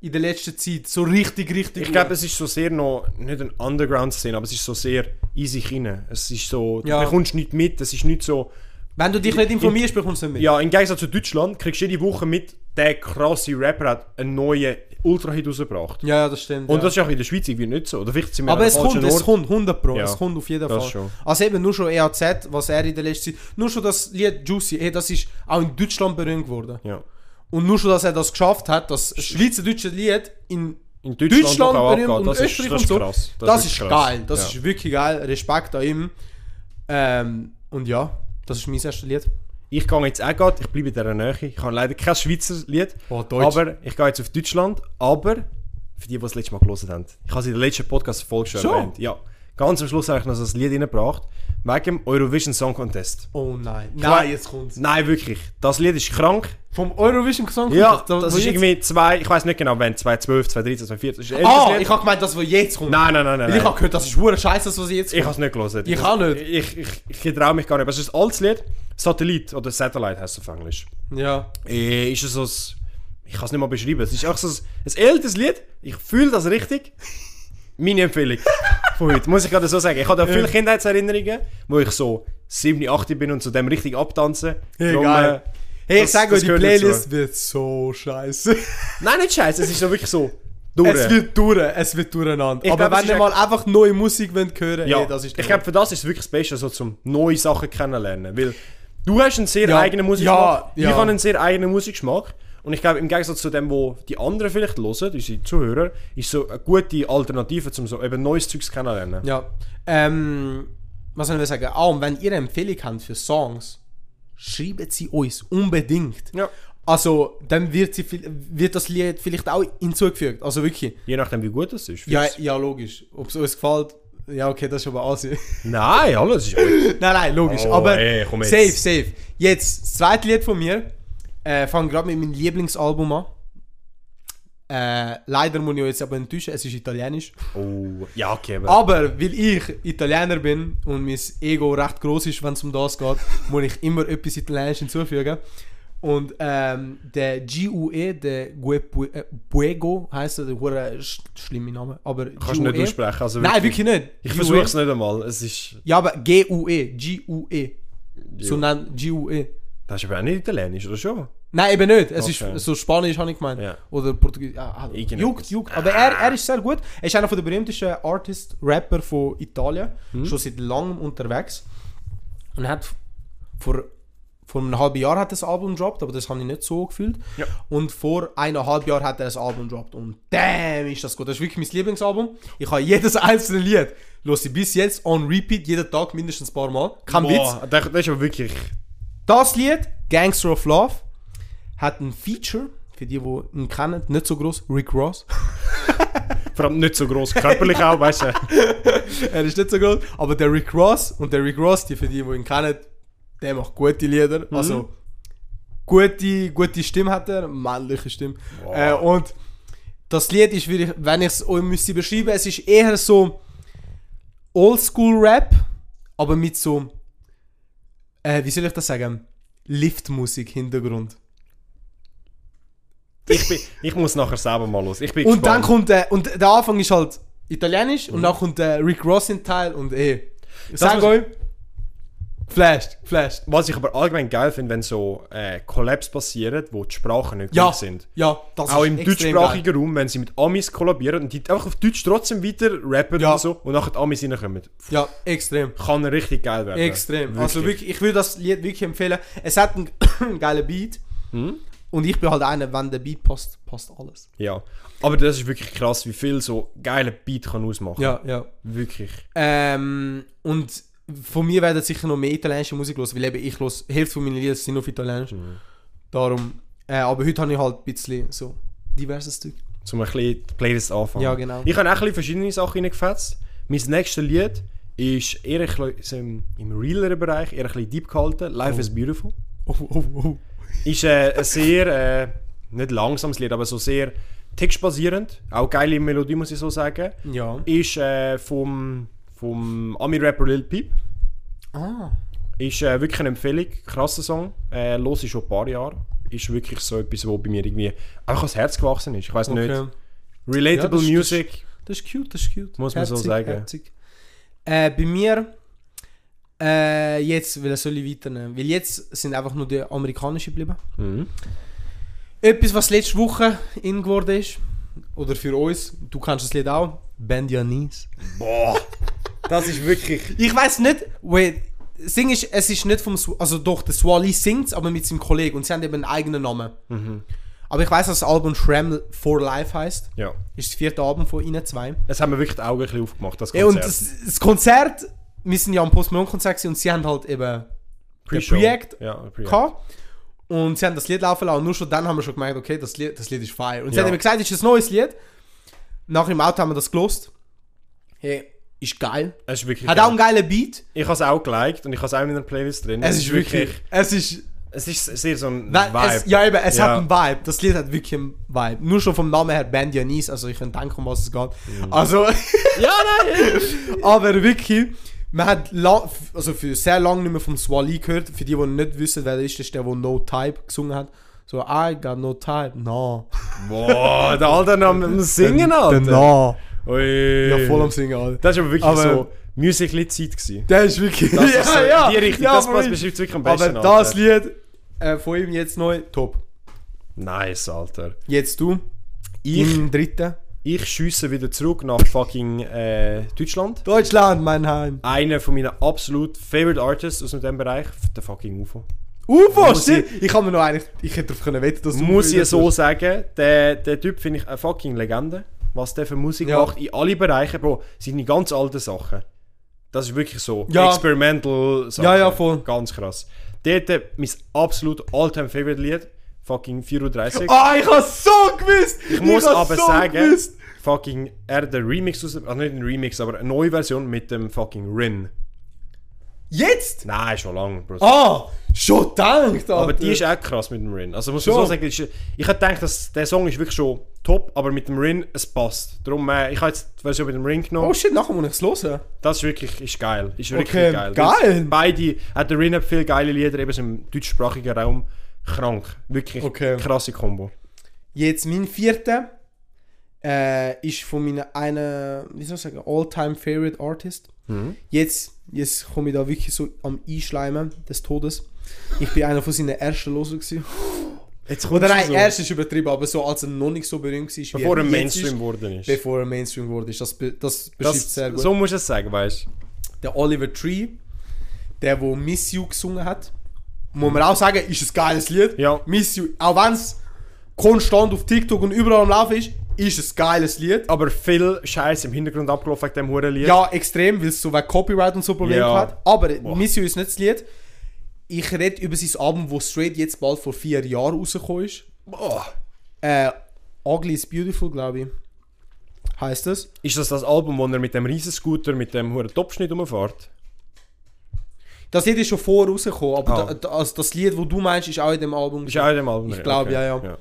In der letzten Zeit. So richtig, richtig.
Ich glaube, es ist so sehr noch, nicht eine Underground-Szene, aber es ist so sehr in sich rein. Es ist so, du
Ja.
bekommst nichts mit, es ist nicht so...
Wenn du dich nicht informierst, bekommst du nicht mit.
Ja, im Gegensatz zu Deutschland kriegst du jede Woche mit, der krasse Rapper hat einen neuen Ultra-Hit rausgebracht.
ja, ja, das stimmt.
Und
ja.
das ist auch in der Schweiz irgendwie nicht so. Oder vielleicht sind wir
Aber
an
es
einem
kommt,
falschen
es
Ort.
kommt, 100 Pro,
Ja,
es kommt auf jeden
das
Fall.
schon.
Also eben nur schon EAZ, was er in der letzten Zeit... Nur schon das Lied Juicy, hey, das ist auch in Deutschland berühmt geworden.
Ja.
Und nur schon, dass er das geschafft hat, das schweizerdeutsche Lied in
In
Deutschland,
Deutschland, Deutschland auch
berühmt
abgeht.
und
Das ist,
Österreich
das
und
ist
so.
krass.
Das, ist
krass.
geil, das
Ja.
ist wirklich geil. Respekt an ihm. Ähm, und ja, das ist mein erstes Lied.
Ich gehe jetzt auch gerade, ich bleibe in dieser Nähe. Ich habe leider kein Schweizer Lied,
Oh, Deutsch.
aber ich gehe jetzt auf Deutschland. Aber für die, die das letzte Mal gelesen haben, ich habe es in der letzten Podcast-Folge schon
So.
erwähnt. Ja. Ganz am Schluss habe ich noch so ein Lied reingebracht, wegen dem Eurovision Song Contest.
Oh nein.
Nein,
Nein, jetzt kommt's.
Nein, wirklich. Das Lied ist krank.
Vom Eurovision Song
Ja,
da-
das
wo
ist
jetzt-
irgendwie zwei, ich weiß nicht genau wann, 2012, 2013, 2014. das ist ein
Ah,
älteres
ich
Lied.
habe gemeint, das, was jetzt kommt.
Nein, nein, nein, nein.
Weil
nein.
ich habe gehört, das ist hure scheiße, das, was jetzt kommt.
Ich habe es nicht gelesen.
Ich auch nicht.
Ich, ich, ich, traue mich gar nicht. Aber es ist ein altes Lied. Satellit oder Satellite heißt es auf Englisch.
ja.
äh, ist es so ein, ich kann es nicht mal beschreiben, es ist auch so ein, ein ältes Lied, ich fühle das richtig. Meine Empfehlung von heute, muss ich gerade so sagen. Ich habe da viele Kindheitserinnerungen, wo ich so 7, 8 bin und zu dem richtig abtanzen.
Hey,
Drum,
geil.
äh,
Hey, ich
das-
sage
das
euch, die
gehört
Playlist
dazu.
wird so scheiße.
Nein, nicht scheiße, es ist so wirklich so durch.
<laughs> Es wird durch, es wird durcheinander.
Ich
Aber
glaub, es
wenn ihr
ist
mal einfach neue Musik wollt hören
ja,
hey, das ist der
ich glaube, für das ist es wirklich das Beste, so zum neue Sachen kennenlernen. Weil du hast einen sehr
Ja.
eigenen Musikgeschmack,
Ja, ja.
ich habe einen sehr eigenen Musikgeschmack. Und ich glaube, im Gegensatz zu dem, wo die anderen vielleicht hören, unsere Zuhörer, ist so eine gute Alternative, um so eben neues Zeugs kennenlernen.
Ja. Ähm, was sollen wir sagen? Ah, und wenn ihr Empfehlungen habt für Songs, schreibt sie uns unbedingt.
Ja.
Also, dann wird, sie, viel- wird das Lied vielleicht auch hinzugefügt. Also wirklich.
Je nachdem, wie gut das ist.
Ja,
Fix.
ja logisch. Ob es uns gefällt, ja, okay, das ist aber alles. <laughs> nein,
Nein, alles
<laughs>
ist gut.
nein, logisch.
Oh,
aber
ey, komm jetzt.
safe, safe. Jetzt, das zweite Lied von mir. Äh, Fange gerade mit meinem Lieblingsalbum an. Äh, leider muss ich euch jetzt aber enttäuschen, es ist italienisch.
Oh, ja, okay. Aber
Aber weil ich Italiener bin und mein Ego recht groß ist, wenn es um das
<laughs>
geht, muss ich immer etwas Italienisch hinzufügen. Und ähm, der GUE, der Gue Pue- äh, Buego heißt er, der hure sch schlimme Name. Aber E?
kannst du nicht aussprechen. Also
Nein, wirklich nicht.
Ich
GUE.
versuche es nicht einmal. Es ist,
Ja, aber E. GUE, GUE. So nennt GUE. E.
das ist aber auch nicht italienisch, oder schon?
Nein, eben nicht. Es
Okay.
ist so Spanisch, habe ich gemeint.
Ja.
Oder Portugiesisch. Ah, ah,
Irgendetwas.
juckt, juckt. Aber er,
Ah.
er ist sehr gut. Er ist einer der berühmtesten Artists, Rapper von Italien.
Hm.
Schon seit langem unterwegs. Und er hat vor, vor einem halben Jahr hat er das Album gedroppt, aber das habe ich nicht so gefühlt.
Ja.
Und vor eineinhalb Jahren hat er das Album gedroppt. Und damn, ist das gut. Das ist wirklich mein Lieblingsalbum. Ich habe jedes einzelne Lied. Los ich bis jetzt on repeat, jeden Tag mindestens ein paar Mal. Kein Witz.
Boah, das, das ist aber wirklich...
Das Lied, Gangster of Love, hat ein Feature, für die, die ihn kennen, nicht so groß, Rick Ross. <laughs>
Vor allem nicht so gross körperlich auch,
<laughs>
weißt du.
er ist nicht so groß, aber der Rick Ross und der Rick Ross, die für die, die ihn kennen, der macht gute Lieder. Also, gute, gute Stimme hat er, männliche Stimme. Äh, und das Lied ist, wie ich, wenn ich es euch müsste beschreiben, es ist eher so Oldschool-Rap, aber mit so, äh, wie soll ich das sagen, Liftmusik-Hintergrund.
Ich, bin, ich muss nachher selber mal los. Ich bin
Und dann
gespannt.
kommt der, und der Anfang ist halt italienisch und dann kommt der Rick Ross in Teil und eh. Ich sag
muss-
euch, flasht, flasht.
Was ich aber allgemein geil finde, wenn so äh, Collabs passieren, wo die Sprachen nicht
Ja,
gleich sind.
ja, das
Auch im
extrem
deutschsprachigen
geil.
Raum, wenn sie mit Amis kollabieren und die einfach auf Deutsch trotzdem weiter rappen
Ja.
und so und nachher die Amis reinkommen.
Ja, extrem.
Kann richtig geil werden.
Extrem. Also wirklich, ich würde das Lied wirklich empfehlen. Es hat einen, <coughs> geilen Beat. Und ich bin halt einer, wenn der Beat passt, passt alles.
Ja. Aber das ist wirklich krass, wie viel so geiler Beat kann ausmachen.
Ja, ja.
Wirklich.
Ähm, und von mir werden sicher noch mehr italienische Musik los, weil eben ich los, die Hälfte von meinen Lieder sind auf Italienisch.
Mhm.
Darum, äh, aber heute habe ich halt ein bisschen so diverses Stück.
Zum ein bisschen die Playlist anfangen.
Ja, genau.
Ich habe auch ein bisschen verschiedene Sachen reingefetzt. Mein nächstes Lied ist eher ein bisschen im, im realeren Bereich, eher ein bisschen deep gehalten. Life is Beautiful.
Oh, oh, oh.
Ist äh, ein sehr, äh, nicht langsames Lied, aber so sehr textbasierend. Auch geile Melodie, muss ich so sagen.
Ja.
Ist äh, vom, vom Ami-Rapper Lil Peep.
Ah.
Ist äh, wirklich eine Empfehlung, krasser Song. Äh, los ist schon ein paar Jahre. Ist wirklich so etwas, wo bei mir irgendwie einfach ans Herz gewachsen ist. Ich weiß
Okay.
nicht. Relatable
Ja, das-
Music.
Das ist cute, das ist cute.
Muss man so sagen.
Herzig. Äh, bei mir, äh, jetzt, weil soll ich weiternehmen? Weil jetzt sind einfach nur die amerikanischen geblieben.
Mhm.
Etwas, was letzte Woche in geworden ist, oder für uns, du kannst das Lied auch, Bendianis.
Das ist wirklich.
Ich weiß nicht, wait, sing ist, es ist nicht vom, Sw- also doch, der Swally singt aber mit seinem Kollegen und sie haben eben einen eigenen Namen.
Mhm.
Aber ich weiß, dass das Album Shram for Life heißt.
Ja.
Ist das vierte Album von ihnen zwei.
Es haben mir wirklich die Augen ein bisschen aufgemacht, das
Ja, und
Konzert.
das, das Konzert, wir sind ja am Post Malone Konzert gewesen und sie haben halt eben
Pre-Show.
Projekt
Ja, Projekt.
gehabt. Und sie haben das Lied laufen lassen und nur schon dann haben wir schon gemerkt, okay, das Lied, das Lied ist fire. Und sie
Ja.
haben eben gesagt, es ist ein neues Lied. Nachher im Auto haben wir das gelost. Hey, ist geil.
Es ist wirklich.
Hat
geil.
auch einen geilen Beat.
Ich habe es auch geliked und ich habe es auch in der Playlist drin.
Es ist wirklich, es ist
Es ist sehr so ein
Nein,
Vibe.
Es, ja, eben, es
Ja.
hat einen Vibe. Das Lied hat wirklich einen Vibe. Nur schon vom Namen her Band Janis, also ich kann denken, um was es geht.
Mhm.
Also. <laughs> ja, nein! Aber wirklich, man hat la- also für sehr lange nicht mehr vom Swali gehört. Für die, die nicht wissen, wer das ist, das ist der, der No Type gesungen hat. So, I got no type, no.
Boah, der Alter am am Singen,
Der
Alter.
No.
Ui.
Ja, voll am Singen, Alter.
genau. Das war aber wirklich
Aber-
so Musical-Zeit. gewesen.
Der ist wirklich. <laughs>
Das ist so die Richtung, das
aber
passt
ich-
bestimmt wirklich am
Aber
besten.
das
Alter.
Lied äh, von ihm jetzt neu, top.
Nice, Alter.
Jetzt du,
Ich,
im dritten.
ich schiesse wieder zurück nach fucking äh, Deutschland.
Deutschland, mein Heim.
Einer von meinen absolut favorite Artists aus dem Bereich, der fucking UFO.
UFO,
Muss
stimmt! Ich kann mir noch eigentlich. Ich hätte darauf können wetten, dass du
Muss
wieder
ich so
tust.
sagen, der, der Typ finde ich eine fucking Legende, was der für Musik
Ja.
macht, in alle Bereiche, Bro, seine ganz alten Sachen. Das ist wirklich so,
Ja.
experimental Sachen.
Ja, ja, voll.
Ganz krass. Dort äh, mein absolut all-time favorite Lied, fucking 34.
Ah, ich hab's so gewusst!
ich muss
hab's
aber
so
sagen,
gewusst.
fucking, er hat einen Remix aus, also nicht einen Remix, aber eine neue Version mit dem fucking Rin.
Jetzt?
Nein, schon lange, Bro.
Ah, schon dankt,
Aber die ist auch krass mit dem Rin. Also muss
Schon.
man so sagen, ist, ich hätte gedacht, dass der Song ist wirklich schon top, aber mit dem Rin, es passt. Darum, äh, ich habe jetzt die Version mit dem Rin genommen.
Oh shit, nachher muss ich's hören.
Das ist wirklich ist geil. Ist wirklich
Oh. Okay,
geil.
geil.
Beide, hat der Rin hat viele geile Lieder, eben so im deutschsprachigen Raum. Krank. Wirklich
Okay.
krasse Kombo.
Jetzt mein vierter. Äh, ist von meiner einer, wie soll ich sagen, all-time favorite Artist.
Mhm.
Jetzt, jetzt komme ich da
<laughs>
wirklich so am Einschleimen des Todes. Ich bin einer von seinen ersten Loser gewesen.
Jetzt
Oder nein,
so,
erst ist übertrieben, aber so als er noch nicht so berühmt war. wie
bevor
er
er
jetzt
Mainstream
ist,
geworden ist.
Bevor er Mainstream wurde. ist. Das, be- das beschreibt
das,
sehr gut.
so musst du es sagen, weißt du.
Der Oliver Tree, der, wo Miss You gesungen hat, muss man auch sagen, ist ein geiles Lied.
Ja.
Miss You, auch wenn es konstant auf TikTok und überall am Laufen ist, ist es ein geiles Lied.
Aber viel Scheiß im Hintergrund abgelaufen wegen dem Hurenlied.
Ja, extrem, weil es so wegen Copyright und so Probleme
Ja.
hat. Aber
Boah.
Miss You ist nicht das Lied. Ich rede über sein Album, wo straight jetzt bald vor vier Jahren rausgekommen ist.
Boah.
Äh, Ugly is Beautiful, glaube ich. Heißt das?
Ist das das Album, wo er mit dem Riesenscooter, mit dem Huren Topschnitt rumfährt?
Das Lied ist schon vorher rausgekommen, aber
Ah.
da, da, also das Lied, wo du meinst, ist auch in dem Album.
Ist ja auch in dem Album.
Ich
drin,
glaub, ja, ja.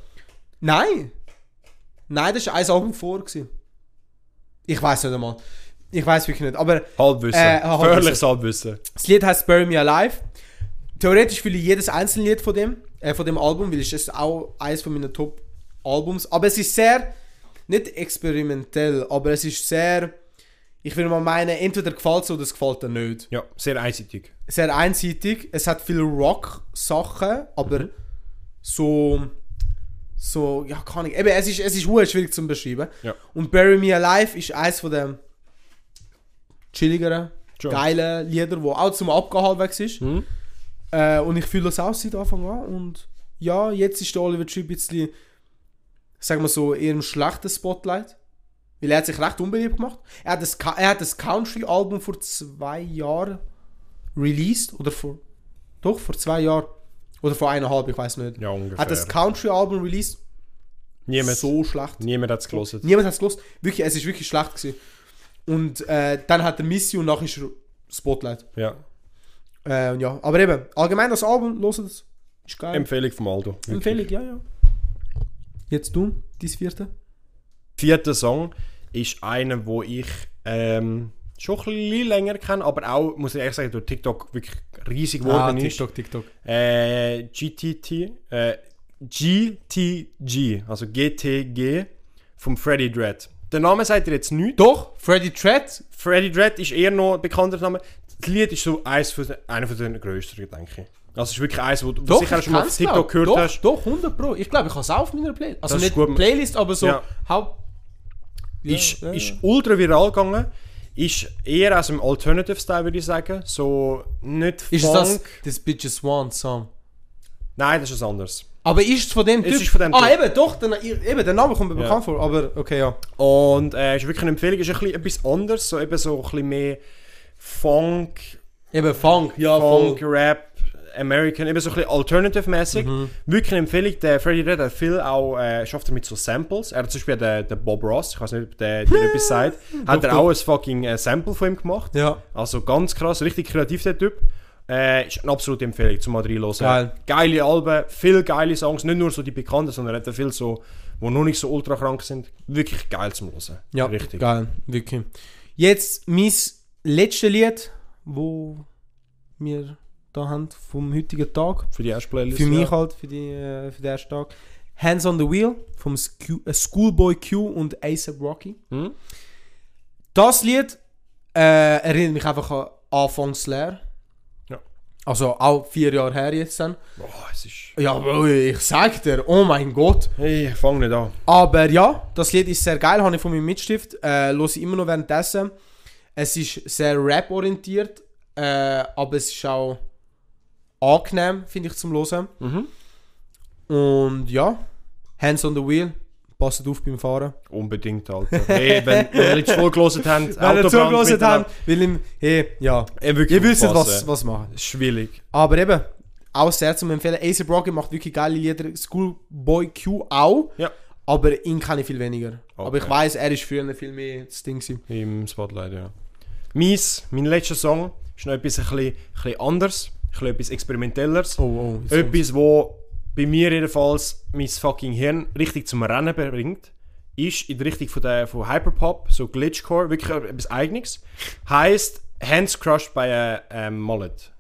Nein! Nein, das war ein Album vor. Gewesen. Ich weiß nicht einmal. Ich weiß wirklich nicht. Aber
Halbwissen.
Äh, Halbwissen.
Gefährliches Halbwissen.
das Lied heißt Bury Me Alive. Theoretisch fühle ich jedes einzelne Lied von dem, äh, von dem Album, weil es ist auch eines von meinen Top-Albums. Aber es ist sehr, nicht experimentell, aber es ist sehr, ich würde mal meinen, entweder gefällt es oder es gefällt dir nicht.
Ja, sehr einseitig.
sehr einseitig. Es hat viele Rock-Sachen, aber
Mhm.
so. So, ja, kann ich. Eben, es ist, es ist hure schwierig zu beschreiben.
Ja.
Und Bury Me Alive ist eins von den chilligeren,
Schon.
geilen Lieder, wo auch zum Abgehen halbwegs ist.
Mhm.
Äh, und ich fühle das auch seit Anfang an. Und ja, jetzt ist der Oliver Tree ein bisschen, sagen wir so, eher im schlechten Spotlight. Weil er hat sich recht unbeliebt gemacht. Er hat das, Ka- er hat das Country-Album vor zwei Jahren released. Oder vor. Doch, vor zwei Jahren. Oder vor eineinhalb, ich weiß nicht.
Ja, ungefähr.
hat das Country-Album released.
Niemand,
So schlecht.
niemand hat es gelesen.
Niemand hat es gelost. Wirklich, es ist wirklich schlecht gewesen. Und äh, dann hat er Missy und nachher ist er Spotlight.
Ja.
Äh, und ja, aber eben, allgemein das Album, los es. Ist geil.
Empfehlung vom Aldo. wirklich.
Empfehlung, ja, ja. Jetzt du, dein vierte?
vierter Song ist einer, wo ich ähm, schon ein bisschen länger kenne, aber auch, muss ich ehrlich sagen, durch TikTok wirklich riesig geworden ist.
Ah, TikTok.
Äh, GTT, äh, GTG, also GTG vom Freddy Dredd. Der Name sagt dir jetzt nichts.
Doch, Freddy Tread.
Freddy Dredd ist eher noch ein bekannter Name. Das Lied ist so eins von, einer von den größeren, denke ich. Das ist wirklich eins, wo du
Doch,
sicher
ich
schon mal auf
kann's,
TikTok
glaub.
gehört
doch,
hast.
Doch, 100 Pro. Ich glaube, ich habe es auch auf meiner Playlist. Also
Das ist
nicht
gut.
Playlist, aber so
Ja.
Haupt... Ja,
ist,
ja,
ist
ja.
ultra viral gegangen. Ist eher aus dem Alternative-Style, würde ich sagen. So nicht
Ist
Funk.
das das Bitches Want Song?
Nein, das ist was anderes.
Aber ist es von dem
Es
Typ?
ist von dem
ah,
Typ.
eben, doch, der, Na- eben, der Name kommt mir
Ja.
bekannt vor, aber okay, ja.
Und äh, ist wirklich eine Empfehlung. Ist ein bisschen etwas anderes. So eben so ein bisschen mehr Funk,
Eben, Funk, ja, Funk.
Funk, Rap, American. Eben so ein bisschen Alternative-mäßig.
Mhm.
Wirklich eine Empfehlung. Der Freddy Red hat viel auch, äh, schafft er mit so Samples. Er hat zum Beispiel den, den Bob Ross, ich weiß nicht, ob der
<laughs>
dir etwas sagt, hat er auch ein fucking äh, Sample von ihm gemacht.
Ja.
Also ganz krass, richtig kreativ der Typ. Äh, ist eine absolute Empfehlung zum mal reinhören.
Geil.
Geile Alben, viel geile Songs, nicht nur so die bekannten, sondern er hat auch viel so, wo noch nicht so ultra krank sind. Wirklich geil zum Hören.
Ja,
richtig.
geil, wirklich. Jetzt mein letztes Lied, wo wir da haben vom heutigen Tag.
Für die erste Playlist.
Für mich
ja.
halt, für, die, äh, für den ersten Tag. Hands on the Wheel vom Scu- äh, Schoolboy Q und ASAP Rocky.
Hm?
Das Lied äh, erinnert mich einfach an Anfangs Slayer.
Ja.
Also auch vier Jahre her jetzt dann.
Boah, es ist...
Ja, Bro, ich sag dir, oh mein Gott.
Hey, fang nicht an.
Aber ja, das Lied ist sehr geil, habe ich von meinem Mitstift. Äh, höre ich immer noch währenddessen. Es ist sehr rap-orientiert, äh, aber es ist auch angenehm, finde ich, zum Hören. Und ja, Hands on the Wheel, passt auf beim Fahren.
Unbedingt, Alter. Hey, wenn wenn ihr jetzt vorgelesen habt,
<laughs> Wenn ihr
Autobahn
zugelassen
miteinander-
habt, weil im, hey, ja,
Ey, wirklich
ihr wisst, was,
aufpassen.
was machen.
Schwierig.
Aber eben, auch sehr zum Empfehlen. A$AP Rocky macht wirklich geile Lieder, Schoolboy Q auch,
Ja.
aber ihn kann ich viel weniger. Aber ich
Okay.
weiß, er ist früher viel mehr das Ding gewesen.
Im Spotlight, ja. Mies, mein letzter Song, ist noch etwas ein bisschen, ein bisschen anders, ein bisschen etwas experimentelleres.
Oh, oh, jetzt kommt's.
etwas, wo bei mir jedenfalls mein fucking Hirn richtig zum Rennen bringt, ist in der Richtung von, der, von Hyperpop, so Glitchcore, wirklich etwas Eigenes. Heißt Hands Crushed by a, ähm, Mullet.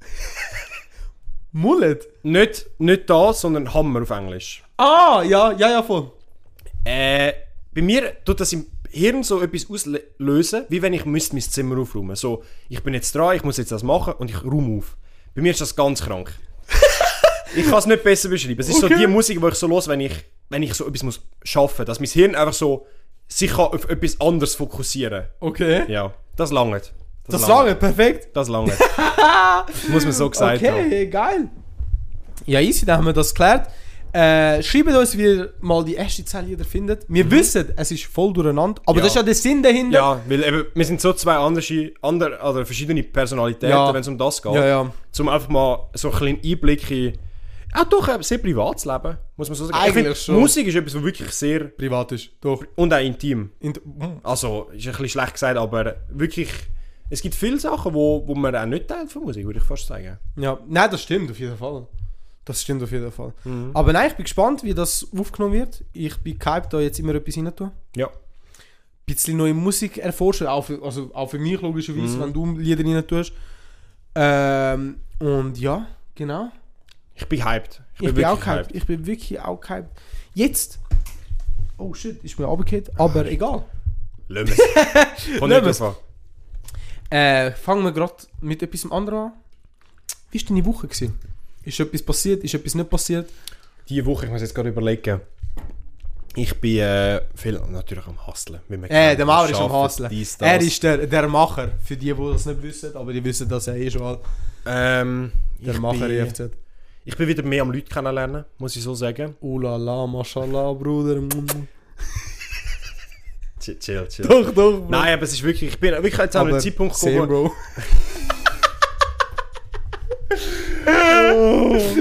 Mullet?
Nicht, nicht das, sondern Hammer auf Englisch.
Ah, ja, ja, ja, voll.
Äh, bei mir tut das im Hirn so etwas auslösen, wie wenn ich müsste mein Zimmer aufräumen So,
<laughs>
ich bin jetzt dran, ich muss jetzt das machen und ich räume auf. Bei mir ist das ganz krank. Ich kann es nicht besser beschreiben. Es ist so
Okay.
die Musik, die ich so los, wenn ich, wenn ich so etwas muss schaffen muss. Dass mein Hirn einfach so sich kann auf etwas anderes fokussieren
Okay.
Ja, das langt.
Das lange, perfekt.
Das langt.
<laughs>
muss man so gesagt haben.
Okay, geil. Ja, easy, dann haben wir das geklärt. Äh, schreibt uns, wie ihr mal die erste Zahl jeder findet. Wir wissen, es ist voll durcheinander, aber
Ja.
das ist Mhm. ja der Sinn dahinter.
Ja, weil eben, wir sind so zwei andere, andere oder verschiedene Personalitäten,
Ja.
wenn es um das geht.
ja. ja.
Zum einfach mal so ein kleinen Einblick in. Auch doch eben sehr privates Leben, muss man so sagen. Ich
Eigentlich
find,
schon.
Musik ist etwas, was wirklich sehr.
Privat ist. Doch.
und auch intim.
In mm.
Also, ist ein bisschen schlecht gesagt, aber wirklich. Es gibt viele Sachen, wo, wo man auch nicht teilt von Musik, würde ich fast sagen.
Ja, nein, das stimmt auf jeden Fall. Das stimmt auf jeden Fall. Aber nein, ich bin gespannt, wie das aufgenommen wird. Ich bin gehypt, da jetzt immer etwas rein tun.
Ja.
Ein bisschen neue Musik erforschen, auch für, also auch für mich
Mhm.
logischerweise, wenn du Lieder rein tust. Ähm, und ja, genau.
Ich bin hyped.
Ich bin, auch
wirklich
gehypt. Ich bin wirklich auch gehypt. Jetzt. Oh shit, ist mir runtergefallen,
Ah,
aber egal.
Lass es.
<laughs>
Kommt nicht
Lass
drauf an.
Äh, fangen wir gerade mit etwas anderem an. Wie war deine Woche? Gewesen? Ist etwas passiert? Ist etwas nicht passiert?
Diese Woche, ich muss jetzt gerade überlegen. Ich bin äh, viel natürlich am Hustlen. wie man
Äh,
kennt.
der Maurer ist am
Schaffen,
Hasseln.
dies, das.
Er ist der, der Macher. Für die, die das nicht wissen, aber die wissen das ja eh schon. alle.
Ähm,
Der
ich
Macher
bin,
EFZ.
ich bin wieder mehr am Leute kennenlernen, muss ich so sagen.
Ulala, mashallah, Bruder.
Chill, chill. chill.
Doch, doch, Bro.
Nein, aber es ist wirklich, ich bin wirklich jetzt an einem Zeitpunkt
same,
gekommen.
Bro.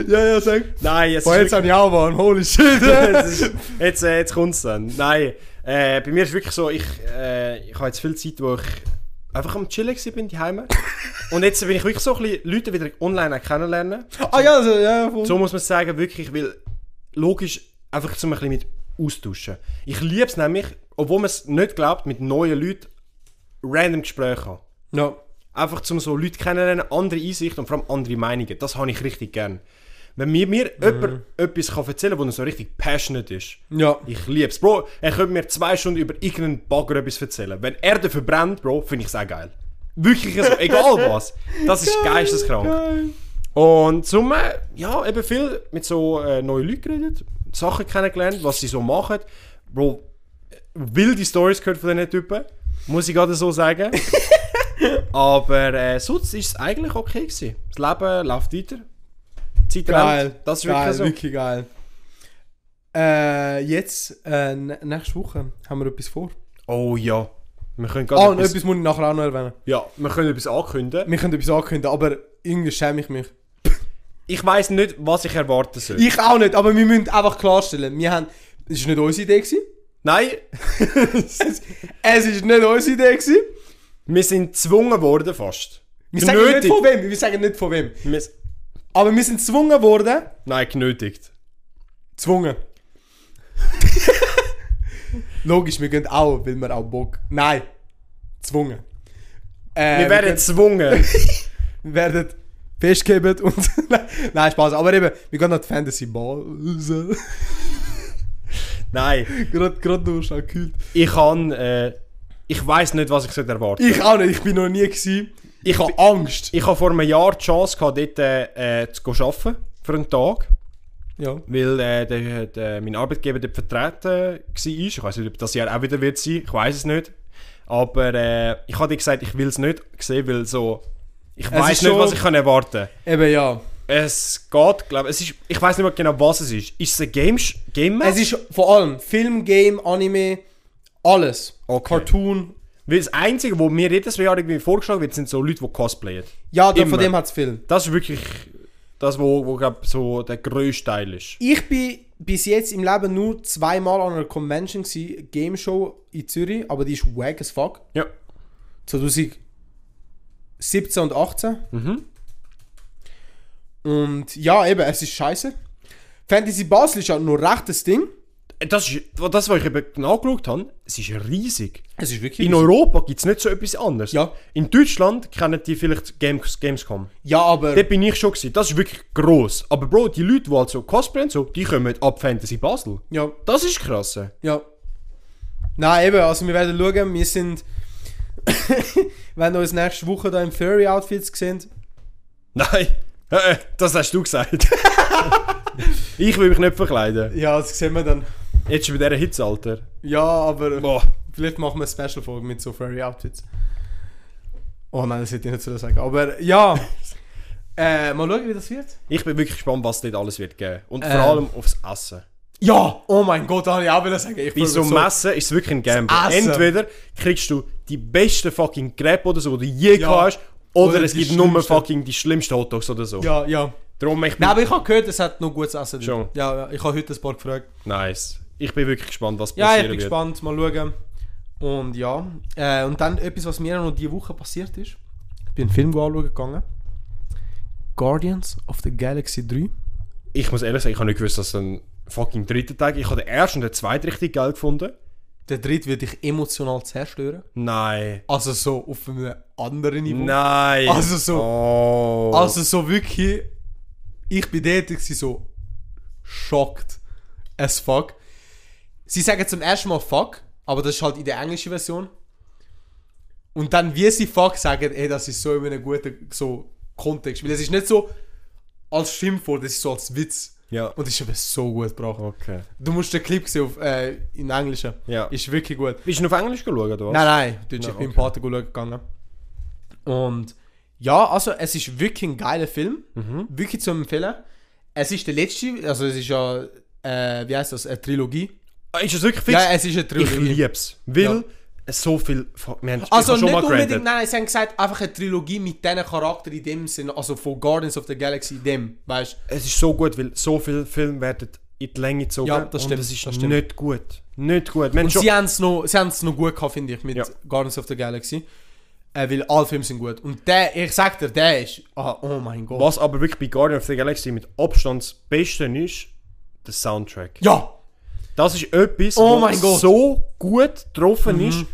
ja, ja, sag.
Nein, es
Boah,
ist
jetzt habe ich auch Mann. Holy shit.
<laughs> Es ist- jetzt, äh, jetzt kommt es dann. Nein, äh, bei mir ist wirklich so, ich, äh, ich habe jetzt viel Zeit, wo ich einfach am Chillen war, bin daheim. Und jetzt bin ich wirklich so ein bisschen Leute wieder online kennenlernen.
<laughs> ah ja, so, ja, voll.
So muss man es sagen, wirklich, weil logisch einfach so ein bisschen mit austauschen. Ich liebe es nämlich, obwohl man es nicht glaubt, mit neuen Leuten random Gespräche haben.
Ja.
Einfach zum so Leute kennenlernen, andere Einsichten und vor allem andere Meinungen. Das habe ich richtig gern. Wenn mir, mir jemand etwas kann erzählen kann, das so richtig passionate ist,
Ja.
ich liebe es. Bro, er könnte mir zwei Stunden über irgendeinen Bagger etwas erzählen. Wenn er den verbrennt, Bro, finde ich es auch geil. Wirklich so, egal was.
<laughs>
Das ist geisteskrank. Und zum, äh, ja, eben viel mit so äh, neuen Leuten geredet, Sachen kennengelernt, was sie so machen. Bro, äh, wilde Stories gehört von diesen Typen, muss ich gerade so
<laughs>
sagen. Aber äh, sonst ist es eigentlich okay gewesen. Das Leben läuft weiter. Die Zeit
Geil.
rennt. Das ist wirklich
geil,
so.
wirklich geil. Äh, jetzt, äh, n- nächste Woche haben wir etwas vor.
Oh ja. Wir können gerade
Ah, und
etwas,
etwas muss ich nachher auch noch erwähnen.
ja, wir können etwas ankündigen.
Wir können etwas ankündigen, aber irgendwie schäme ich mich.
Ich weiß nicht, was ich erwarten soll.
Ich auch nicht, aber wir müssen einfach klarstellen, wir haben... Es war nicht unsere Idee. <laughs> Gewesen.
Nein,
Es war nicht unsere Idee. Gewesen.
wir sind gezwungen worden fast.
Wir sagen nicht von wem, wir sagen nicht von wem.
Wir s-
Aber wir sind gezwungen worden...
Nein, genötigt. <laughs>
Gezwungen. Logisch, wir gehen auch, weil wir auch Bock... Nein. Gezwungen. Äh,
Wir werden
<laughs>
gezwungen.
Wir werden festgegeben und... <laughs> Nein, Spaß. Aber eben, wir gehen an die Fantasy Ball raus. <laughs>
Nein,
gerade, gerade nur schon gekühlt.
ich kann. Äh, ich weiß nicht, was ich sollte erwarten
Ich auch nicht, ich bin noch nie gewesen. Ich habe Angst.
Ich habe vor einem Jahr die Chance gehabt, dort äh, äh, zu gehen arbeiten. Für einen Tag.
Ja.
Weil äh, der, der, mein Arbeitgeber dort vertreten war. Ich weiß nicht, ob das Jahr auch wieder wird sein. Ich weiß es nicht. Aber äh, ich habe dir gesagt, ich will es nicht sehen, weil so. Ich weiß
ist
nicht,
schon-
was ich kann erwarten
Eben ja.
Es geht, glaube ich. Ich weiß nicht mehr genau, was es ist. Ist es ein Game, Game
Es ist vor allem Film, Game, Anime, alles.
Okay.
Cartoon.
Weil das Einzige, was mir jedes Jahr irgendwie vorgeschlagen wird, sind so Leute, die cosplayen.
Ja, da,
Immer.
von dem hat es viel.
Das ist wirklich das, wo, wo glaub, so der grösste Teil ist.
Ich bin bis jetzt im Leben nur zweimal an einer Convention gewesen, Game Show in Zürich, aber die ist wack as fuck.
Ja.
2017 und 18. Und ja, eben, es ist scheiße. Fantasy Basel ist ja nur rechtes Ding.
Das, ist, das, was ich eben nachgeschaut habe, es ist riesig.
Es ist wirklich.
In Europa gibt es nicht so etwas anderes.
Ja.
In Deutschland kennen die vielleicht Games, Gamescom.
ja, aber.
Dort bin ich schon gewesen. Das ist wirklich gross. Aber Bro, die Leute, die halt so cosplayen, so, die kommen ab Fantasy Basel.
Ja,
Das ist krass.
ja. Nein, eben, also wir werden schauen, wir sind. <laughs> Wenn ihr uns nächste Woche da im Furry Outfits seht,
Nein. Äh, Das hast du gesagt. <laughs> Ich will mich nicht verkleiden.
Ja, das sehen wir dann.
Jetzt schon bei dieser Hitze, Alter.
Ja, aber
Boah.
vielleicht machen wir eine Special-Folge mit so Furry-Outfits. Oh nein, das hätte ich nicht so sagen. Aber <laughs> ja, äh, mal schauen, wie das wird.
Ich bin wirklich gespannt, was dort alles wird geben. Und vor
Ähm.
allem aufs Essen.
Ja, oh mein Gott, da habe ich auch wieder sagen. Ich
Bei
freue
so
mich
einem Messen ist es wirklich ein Gamble.
Das Essen.
Entweder kriegst du die besten fucking Crepe oder so, die du je
Ja.
gehabt hast, oder,
Oder
es
die
gibt nur
schlimmsten.
fucking die schlimmsten Hotdogs oder so.
Ja, ja.
Darum, ich bin
Nein, aber ich habe gehört, es hat noch gutes Essen. drin.
Schon.
Ja, ja, ich habe heute ein paar gefragt.
Nice. Ich bin wirklich gespannt, was
Ja,
passieren
ich bin
wird.
gespannt, mal schauen. Und ja, äh, und dann etwas, was mir noch diese Woche passiert ist. Ich bin einen Film anschauen gegangen. Guardians of the Galaxy 3.
Ich muss ehrlich sagen, ich habe nicht gewusst, dass es ein fucking dritter Tag Ich habe den ersten und den zweiten richtig geil gefunden.
Der dritte wird dich emotional zerstören.
Nein.
Also so auf einem anderen Niveau.
Nein.
Also so-
Oh.
Also so wirklich, ich bin dort ich war so schockt as fuck. Sie sagen zum ersten Mal fuck, aber das ist halt in der englischen Version. Und dann, wie sie fuck sagen, ey, das ist so in einem guten so, Kontext. Weil es ist nicht so als Schimpfwort, es ist so als Witz.
Ja.
Und ist aber so gut gebracht.
Okay.
Du musst den Clip sehen auf, äh, in Englischen.
Ja.
Ist wirklich gut.
Bist du noch auf Englisch geschaut, oder was?
Nein, nein, Deutsch.
Nein,
ich bin
okay.
im Pater schauen gegangen. Und ja, also es ist wirklich ein geiler Film.
Mhm.
Wirklich zu empfehlen. Es ist der letzte, also es ist ja, äh, wie heißt das, eine Trilogie.
Ah, Ist es wirklich fix?
Ja, es ist eine
ich
Trilogie.
lieb's. Weil
Ja.
es so viel... fu- Wir haben ich
also
habe
nicht unbedingt,
geredet.
nein, nein, sie haben gesagt, einfach eine Trilogie mit diesen Charakter in dem Sinn, also von Guardians of the Galaxy in dem, weißt du.
Es ist so gut, weil so viele Filme werden in die Länge gezogen.
Ja, das
Und
stimmt,
das ist
das stimmt.
nicht gut. Nicht gut. Wir haben
Und
schon...
sie haben es noch, sie haben's noch gut gehabt, finde ich, mit
Ja.
Guardians of the Galaxy. Äh, weil alle Filme sind gut. Und der, ich sag dir, der ist, ah, oh mein Gott.
Was aber wirklich bei Guardian of the Galaxy mit Abstand das Beste ist, der Soundtrack.
Ja,
Das ist etwas,
Oh
wo
mein Gott. Mhm.
so gut getroffen ist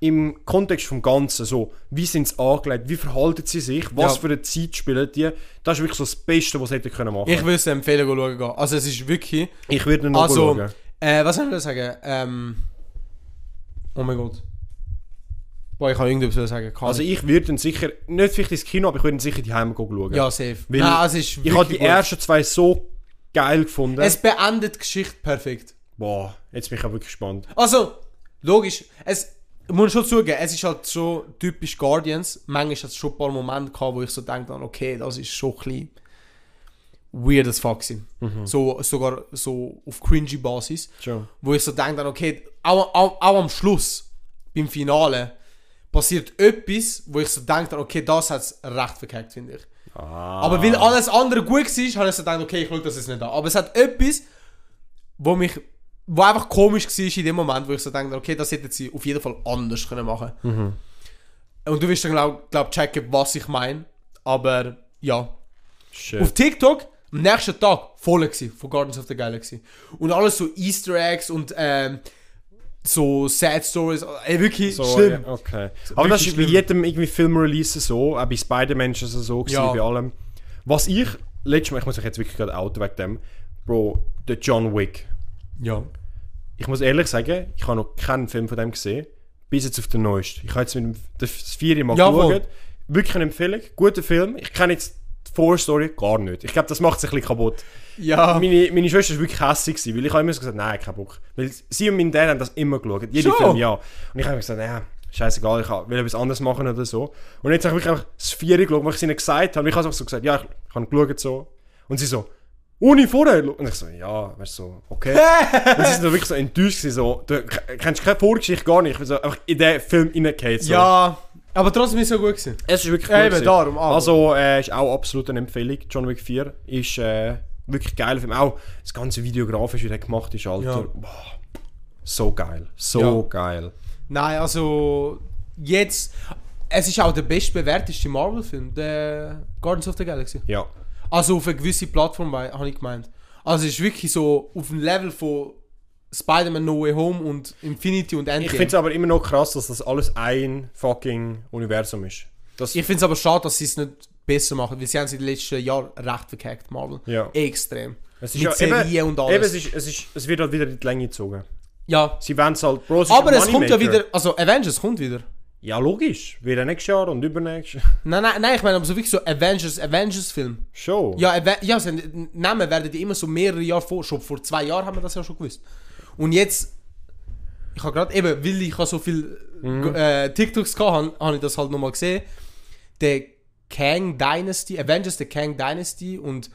im Kontext vom Ganzen. So, wie sind sie angelegt, wie verhalten sie sich, was
Ja.
für eine Zeit spielen die. Das ist wirklich so das Beste, was sie hätten können machen.
Ich würde es empfehlen, go schauen gehen. Also es ist wirklich...
ich würde ihn noch
Also,
schauen.
äh, was soll ich sagen? Ähm, oh mein Gott. Boah, ich kann irgendwas sagen. Kann
Also
ich,
ich würde ihn sicher, nicht vielleicht ins Kino, aber ich würde ihn sicher die Heim schauen.
ja, safe.
Weil
Nein, also, es ist
ich habe die
gut.
ersten zwei so geil gefunden.
Es beendet die Geschichte perfekt.
Boah, jetzt bin ich auch wirklich gespannt.
Also, logisch, es... Ich muss schon zugeben, es ist halt so typisch Guardians. Manchmal hat es schon ein paar Momente gehabt, wo ich so denke, okay, das ist schon ein bisschen weird as fuck gewesen.
Mhm.
So, sogar so auf cringy Basis.
Schon.
wo ich so denke, dann, okay, auch, auch, auch am Schluss, beim Finale, passiert etwas, wo ich so denke, dann, okay, das hat es recht verkackt, finde ich.
Ah,
Aber weil alles andere gut war, habe ich so gedacht, okay, ich schaue das jetzt nicht an. Aber es hat etwas, wo mich wo einfach komisch war in dem Moment, wo ich so denke, okay, das hätten sie auf jeden Fall anders können machen können. Und du wirst dann, glaube glaub, checken, was ich meine. Aber ja,
Shit.
auf TikTok am nächsten Tag voll gewesen, von Guardians of the Galaxy. Und alles so Easter Eggs und ähm, so Sad Stories. Ey, wirklich
So,
schlimm.
ja, okay. Aber das ist bei
schlimm.
jedem irgendwie Filmrelease so, auch bei Spider-Man ist es so, gewesen,
Ja.
bei allem. Was ich, letztes Mal, ich muss mich jetzt wirklich gerade outen wegen dem, Bro, der John Wick.
Ja.
Ich muss ehrlich sagen, ich habe noch keinen Film von dem gesehen, bis jetzt auf den neuesten. Ich habe jetzt mit dem das Vieri mal
Jawohl.
geschaut. Wirklich eine Empfehlung, guter Film. Ich kenne jetzt die Vorstory gar nicht. Ich glaube, das macht es ein bisschen kaputt.
Ja.
Meine, meine Schwester war wirklich hässlich, gewesen, weil ich habe immer so gesagt, nein, kein Bock. Weil sie und mein Dad haben das immer geschaut, jeden
Schon?
Film, ja. Und ich habe mir gesagt, nein, scheißegal, ich will etwas anderes machen oder so. Und jetzt habe ich wirklich einfach das Vieri geschaut, was ich ihnen gesagt habe. Und ich habe einfach so gesagt, ja, ich, ich habe geschaut so. Und sie so, ohne vorher. schauen. Und ich so, ja, weißt du, so,
<laughs>
okay. und sie sind so wirklich so enttäuscht gewesen, so, du kennst keine Vorgeschichte, gar nicht. Ich bin so einfach in den Film reingefallen. So.
Ja. Aber trotzdem ist es so gut gewesen.
Es ist wirklich
Ja, eben,
gewesen.
darum, ah. aber-
Also, äh, ist auch absolut eine Empfehlung. John Wick 4 ist äh, wirklich geil. Film. Auch das ganze videografisch, wie der gemacht ist, Alter.
Ja.
Boah, so geil. So
Ja.
geil.
Nein, also jetzt. Es ist auch der bestbewerteste Marvel-Film, der Guardians of the Galaxy.
Ja.
Also auf eine gewisse Plattform, wei- habe ich gemeint. Also es ist wirklich so auf dem Level von Spider-Man No Way Home und Infinity und Endgame.
Ich finde es aber immer noch krass, dass das alles ein fucking Universum ist. Das,
Ich finde es aber schade, dass sie es nicht besser machen, weil sie haben sie in den letzten Jahren recht verkackt, Marvel.
Ja.
Extrem.
es
mit Serien und alles.
Eben, es, ist, es, ist, es wird halt wieder in die Länge gezogen.
ja.
Sie wollen es halt... Bro, ist
Aber
ein
es kommt ja
Moneymaker.
wieder, also Avengers kommt wieder.
Ja, logisch. Wieder nächstes Jahr <laughs> und übernächstes.
Nein, nein, nein, ich meine aber so wirklich so Avengers, Avengers-Film.
Schon.
Ja, Ave- ja sie haben- Namen werden die immer so mehrere Jahre vor. Schon vor zwei Jahren haben wir das ja schon gewusst. Und jetzt, ich habe gerade eben, weil ich so viel
Mhm.
äh, TikToks gehabt habe, habe ich das halt nochmal gesehen. Der Kang Dynasty, Avengers, der Kang Dynasty und.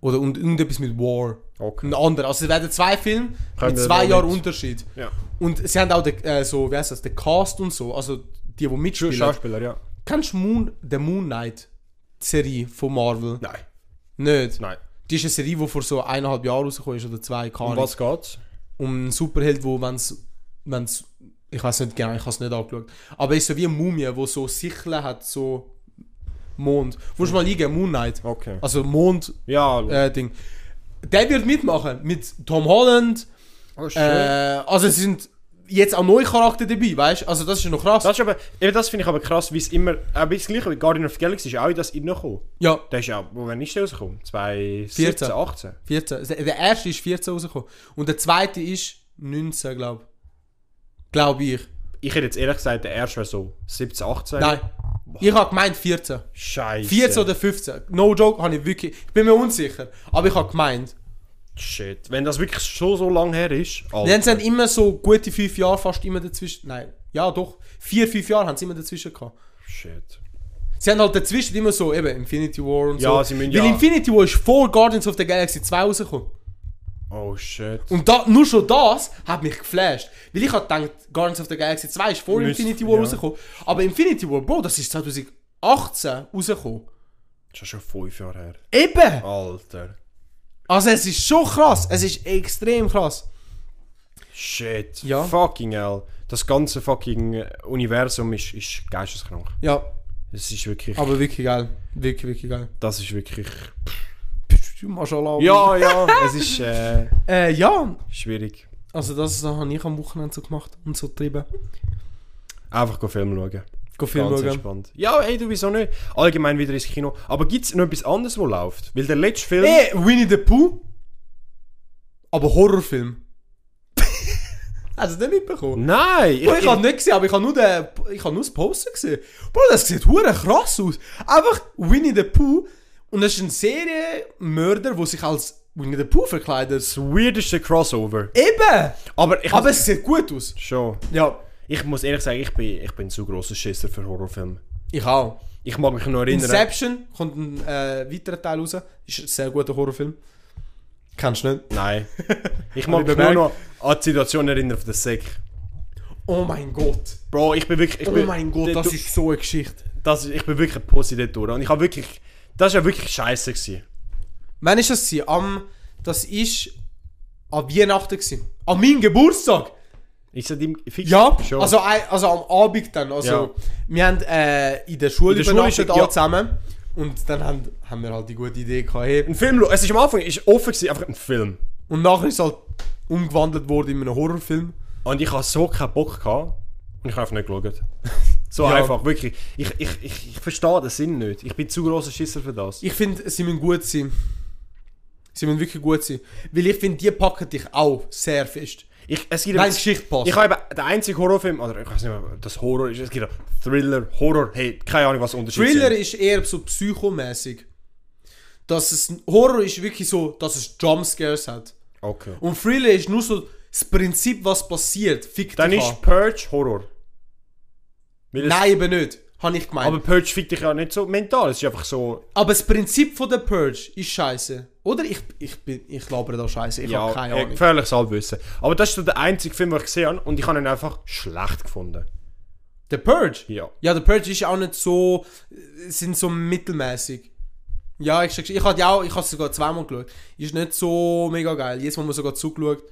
Oder und irgendetwas mit War.
Okay.
Ein anderer. Also es werden zwei Filme
Können
mit
wir
zwei
noch
Jahren
mit-
Unterschied.
Ja.
Und sie haben auch den, äh, so, wie heißt das, den Cast und so, also die, die
Schon
mitspielen.
Schauspieler, ja.
Kennst du Moon, The Moon Knight Serie von Marvel?
Nein.
Nicht?
Nein.
Die ist eine Serie, die vor so eineinhalb Jahren rausgekommen ist oder zwei, keine
Um
Ahnung.
was geht's?
Um einen Superheld, wo wenn's, wenn's, ich weiß nicht genau, ich habe es nicht angeschaut, aber ist so wie eine Mumie, wo so Sicheln hat, so Mond. Wo mal liegen, Moon Knight.
Okay.
Also Mond,
Ja,
äh, Ding. Der wird mitmachen mit Tom Holland.
oh,
Äh, also es sind jetzt auch neue Charakter dabei, weißt? Also das ist noch krass.
Das, ist aber- eben das finde ich aber krass, wie es immer. Aber das gleiche wie Guardian of the Galaxy ist auch in das reingekommen.
ja.
Der ist ja. Wo, wann ist der rausgekommen?
14.
2017, 18.
14. Der- Der erste ist 14 rausgekommen. Und der zweite ist 19, glaube Glaub ich.
Ich hätte jetzt ehrlich gesagt, der erste wäre so 17, 18.
Nein. Ich habe gemeint 14.
Scheiße.
14 oder 15. No joke, habe ich wirklich. Ich bin mir unsicher. Aber ich habe gemeint.
Shit. Wenn das wirklich schon so lang her ist.
Dann
Alter.
sind immer so gute 5 Jahre fast immer dazwischen. Nein. Ja, doch. 4, 5 Jahre haben sie immer dazwischen gehabt.
Shit.
Sie haben halt dazwischen immer so, eben, Infinity War und so.
Ja, sie müssen
Weil
ja-
Infinity War ist vor Guardians of the Galaxy 2 rausgekommen.
Oh shit.
Und da, nur schon das hat mich geflasht. Weil ich hab gedacht, Guardians of the Galaxy 2 ist vor
Müsst-
Infinity War
ja.
rausgekommen. Aber Infinity War, Bro, das ist 2018 rausgekommen.
Das ist schon 5 Jahre her.
Eben!
Alter.
Also es ist schon krass. Es ist extrem krass.
Shit.
Ja.
Fucking hell. Das ganze fucking äh, Universum ist, ist geisteskrank.
Ja,
Es ist wirklich.
aber wirklich geil. Wirklich, wirklich geil.
das ist wirklich.
Mashallah.
Ja, ja. es ist äh,
Äh, ja.
schwierig.
Also das habe ich am Wochenende so gemacht und so getrieben.
Einfach go Film schauen.
Go Film
Ganz
schauen.
entspannt. Ja, ey, du wieso nicht? Allgemein wieder ins Kino. Aber gibt es noch etwas anderes, wo läuft? Weil der letzte Film.
Ey, Äh, Winnie the Pooh. Aber Horrorfilm. <laughs> Hast du das nicht mitbekommen?
Nein! Ich,
Bro, Oh, ich habe nicht gesehen, aber ich habe nur, den, ich hab nur das Poster gesehen. Bro, das sieht hure krass aus. Einfach Winnie the Pooh. Und das ist ein Serienmörder, der sich als Winnie the Pooh verkleidet.
das weirdeste Crossover.
Eben!
Aber ich.
Aber es sieht gut aus.
schon.
Ja,
Ich muss ehrlich sagen, ich bin, ich bin zu grosser Schisser für Horrorfilme.
ich auch.
Ich mag mich noch erinnern.
Inception kommt ein äh, weiterer Teil raus. Ist ein sehr guter Horrorfilm. Kennst du nicht? <laughs>
Nein. Ich mag
ich
mich nur
bemerkt.
noch an die Situation erinnern auf der Sek.
Oh mein Gott.
Bro, ich bin wirklich. Ich
Oh
bin,
mein Gott,
dort-
das ist so eine Geschichte.
Das, ich bin wirklich ein Pussy dort durch. Und ich habe wirklich. Das war ja wirklich scheiße. Gewesen.
Wann war das? gewesen? Am, das war an Weihnachten. gewesen. An meinem Geburtstag.
Ist das im Fix?
Ja,
schon.
also, ein- also am Abend dann. Also,
Ja.
Wir haben äh, in der Schule
In der Schule
übernachtet,
ist-
alle
ja.
zusammen. Und dann haben, haben wir halt die gute Idee gehabt. Hey.
Ein Film, schauen. es ist am Anfang ist offen, gewesen, einfach ein Film.
Und nachher ist es halt umgewandelt worden in einen Horrorfilm.
Und ich hatte so keinen Bock gehabt. Und ich habe einfach nicht geschaut. <laughs> so
Ja.
einfach, wirklich. Ich, ich, ich, ich verstehe den Sinn nicht. Ich bin zu grosser Schisser für das.
Ich finde, sie müssen gut sein. Sie müssen wirklich gut sein. Weil ich finde, die packen dich auch sehr fest.
Ich, es gibt
Wenn die Geschichte passt.
Ich habe eben den einzigen Horrorfilm, oder ich weiß nicht mehr, das Horror ist, es gibt auch Thriller, Horror, hey, keine Ahnung, was der Unterschied
Thriller
sind.
ist eher so psychomäßig. Dass es, Horror ist wirklich so, dass es Jumpscares hat.
Okay.
Und Thriller ist nur so das Prinzip, was passiert. Fick
Dann
dich
ist
an.
Purge Horror. Weil es-
Nein, eben nicht. Habe ich gemeint.
Aber Purge fickt dich ja nicht so mental, es ist einfach so,
Aber das Prinzip von der Purge ist scheiße. Oder? Ich, ich, bin, ich labere da scheiße. Ich
ja,
habe keine
äh,
Ahnung.
gefährliches Halbwissen. Aber das ist so der einzige Film, den ich gesehen habe und ich habe ihn einfach schlecht gefunden.
Der Purge?
Ja.
Ja, der Purge ist auch nicht so. äh, sind so mittelmäßig. Ja, ich, ich habe ja auch, ich habe sogar zweimal geschaut. Ist nicht so mega geil. Jetzt haben wir sogar zugeschaut.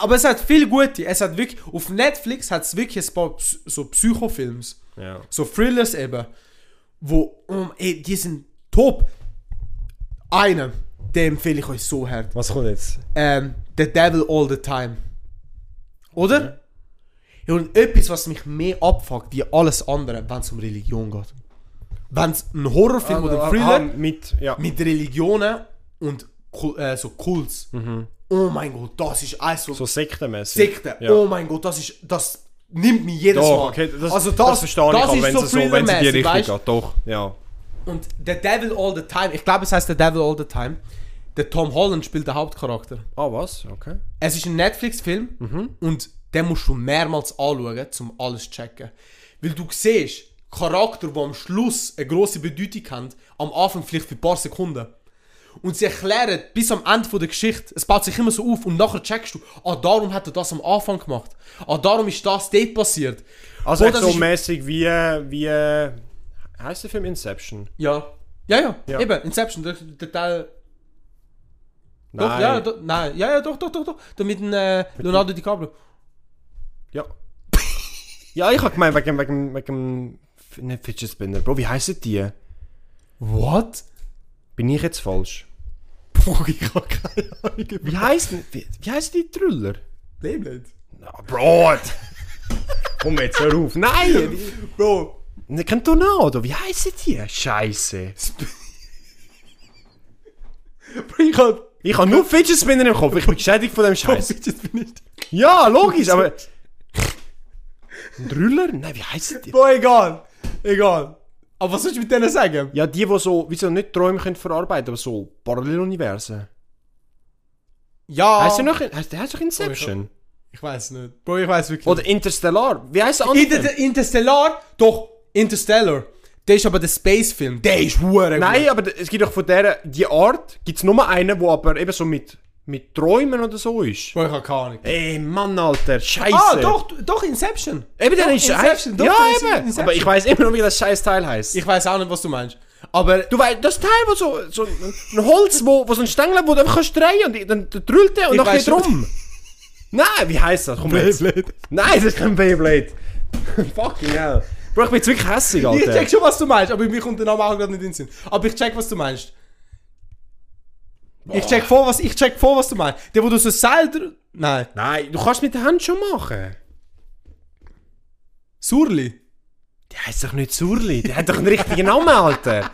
Aber es hat viel gute. Es hat wirklich. Auf Netflix hat es wirklich ein paar Ps- so Psychofilms.
Ja.
So Thrillers eben. Wo. Oh, ey, die sind top. Einen, den empfehle ich euch so hart.
Was kommt jetzt?
ähm, The Devil All the Time. Oder?
Mhm.
Ja, und etwas, was mich mehr abfuckt, wie alles andere, wenn es um Religion geht. Wenn es ein
Ah,
Horrorfilm oder ein Thriller
Also, äh, halt mit, ja.
mit Religionen und Kul- äh, so Kults. Oh mein Gott, das ist eins so
Mhm. so sektenmäßig.
Sekte.
Ja.
Oh mein Gott, das ist das nimmt mich jedes
Doch,
Mal.
okay, Oh, das,
also
das verstehe ich auch, wenn sie so, wenn sie die
Thriller-mäßig,
Richtung
weißt?
geht. Doch, ja.
Und The Devil All the Time, ich glaube, es heißt The Devil All the Time. Der Tom Holland spielt den Hauptcharakter.
Ah, was? Okay.
Es ist ein Netflix-Film und den musst du mehrmals anschauen, um alles zu checken. Weil du siehst, Charakter, die am Schluss eine grosse Bedeutung haben, am Anfang vielleicht für ein paar Sekunden. Und sie erklären bis am Ende von der Geschichte, es baut sich immer so auf und nachher checkst du, ah, darum hat er das am Anfang gemacht. Ah, darum ist das dort passiert.
Also
Wo
echt
das
so
ist-
mäßig wie, wie heißt der Film Inception?
Ja. Ja, ja,
Ja.
eben, Inception, der, der Teil.
Nein.
Doch, ja, doch, nein, ja, ja, doch, doch, doch, doch. Der mit dem, äh, Leonardo DiCaprio.
ja. <laughs> ja, ich habe gemeint wegen wegen wegen dem nicht Fidget Spinner. Bro, wie heißen die?
What?
Bin ich jetzt falsch?
Boah, ich hab keine Ahnung.
Wie heißen wie, wie heißen die Thriller?
Beyblade.
Na, Bro. Komm jetzt hör auf. Nein.
Bro.
Ne kein Tornado. Wie heißen die? Scheiße.
Bro, ich hab...
Ich habe nur Fidget Spinner im Kopf. Ich bin geschädigt von dem Scheiß.
Fidget bin ich.
Ja, logisch, aber Thriller? Nein, wie heißen die?
Bro, egal. Egal. Aber was soll ich mit denen sagen?
Ja, die, die so, wieso nicht Träume können verarbeiten, aber so Paralleluniversen.
Ja.
Heißt der noch, heißt, der heißt doch Inception?
Ah. Oh, Ich weiß nicht. Bro, ich weiß wirklich
Oder Interstellar? Wie heißt der andere?
Inter Interstellar? Doch, Interstellar. Der ist aber der Space-Film. Der ist hure
Nein, aber es gibt doch von der die Art gibt's nur einen, wo aber eben so mit mit Träumen oder so ist.
Bro, ich hab keine Ahnung.
Ey, Mann, Alter, Scheiße.
Ah, doch, doch, Inception.
Eben der
Doch,
ist
Inception, doch,
ja,
der ist
eben.
Inception.
Aber ich weiß immer noch, wie das scheiß Teil heißt.
Ich weiß auch nicht, was du meinst. Aber
Du weißt, das Teil, wo so, so ein ein Holz, wo, wo so ein Stängel, hat, wo du einfach kannst drehen und die- dann dann drüllt der und
Ich
dann
weiss
geht rum. Nein, wie heißt das? Komm jetzt. Nein, das ist kein Beyblade. <laughs> Fucking hell. Bro, ich bin jetzt wirklich hässig,
ich
Alter.
check schon, was du meinst. Aber mir kommt der Name auch gerade nicht in den Sinn. Aber ich check, was du meinst. Ich check vor, was ich check vor, was du meinst. Der, wo du so Seil... dr- Nein.
Nein, du kannst mit der Hand schon machen.
Surli.
Der heißt doch nicht Surli. Der hat doch einen richtigen Namen, Alter.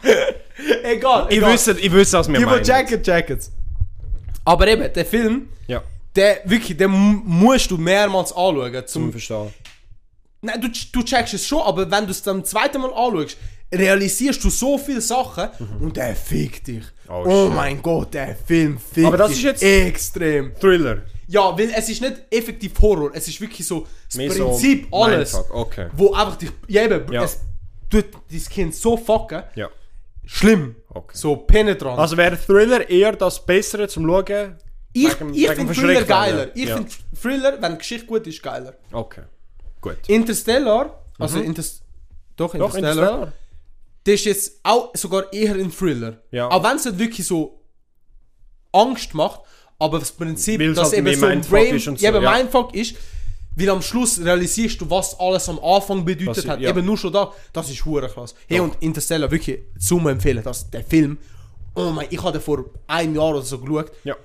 Egal,
Ich
egal.
wüsste, ich wüsste, was wir
Die,
meinen.
die checken, checken Aber eben, der Film,
Ja,
der wirklich, den mu- musst du mehrmals anschauen.
zum
Zum,
Verstehen.
Nein, du, du checkst es schon, aber wenn du es dann zweiten Mal anschaust, realisierst du so viele Sachen und der fickt dich.
Mhm. Oh,
Oh,
shit.
mein Gott, der Film fickt
Aber das
dich
ist jetzt-
extrem.
Thriller.
Ja, weil es ist nicht effektiv Horror, es ist wirklich so das
Mehr so
Prinzip alles,
Mindfuck, okay.
wo einfach dich, ja eben,
Ja.
es tut dein Kind so fucken,
Ja.
schlimm,
Okay.
so penetrant.
Also wäre Thriller eher das Bessere zum Schauen?
ich
wegen-
ich finde
wegen
Thriller
verschreckt werden.
geiler. Ich
Ja.
finde Thriller, wenn die Geschichte gut ist, geiler.
Okay. Gut.
Interstellar, also Inters doch,
Mhm. Doch,
Interstellar,
Interstellar.
der ist jetzt auch sogar eher ein Thriller.
Ja.
Auch wenn es nicht wirklich so Angst macht, aber das Prinzip,
Weil's
dass
halt
eben
mehr
so ein
Mindfuck
Brain,
ist und so,
eben
ja.
Mindfuck ist, weil am Schluss realisierst du, was alles am Anfang bedeutet
Das-
hat.
ja.
Eben nur schon da, das ist hure krass. Hey, und Interstellar, wirklich, zum Empfehlen, dass der Film, oh mein, ich habe den vor einem Jahr oder so geschaut,
Ja.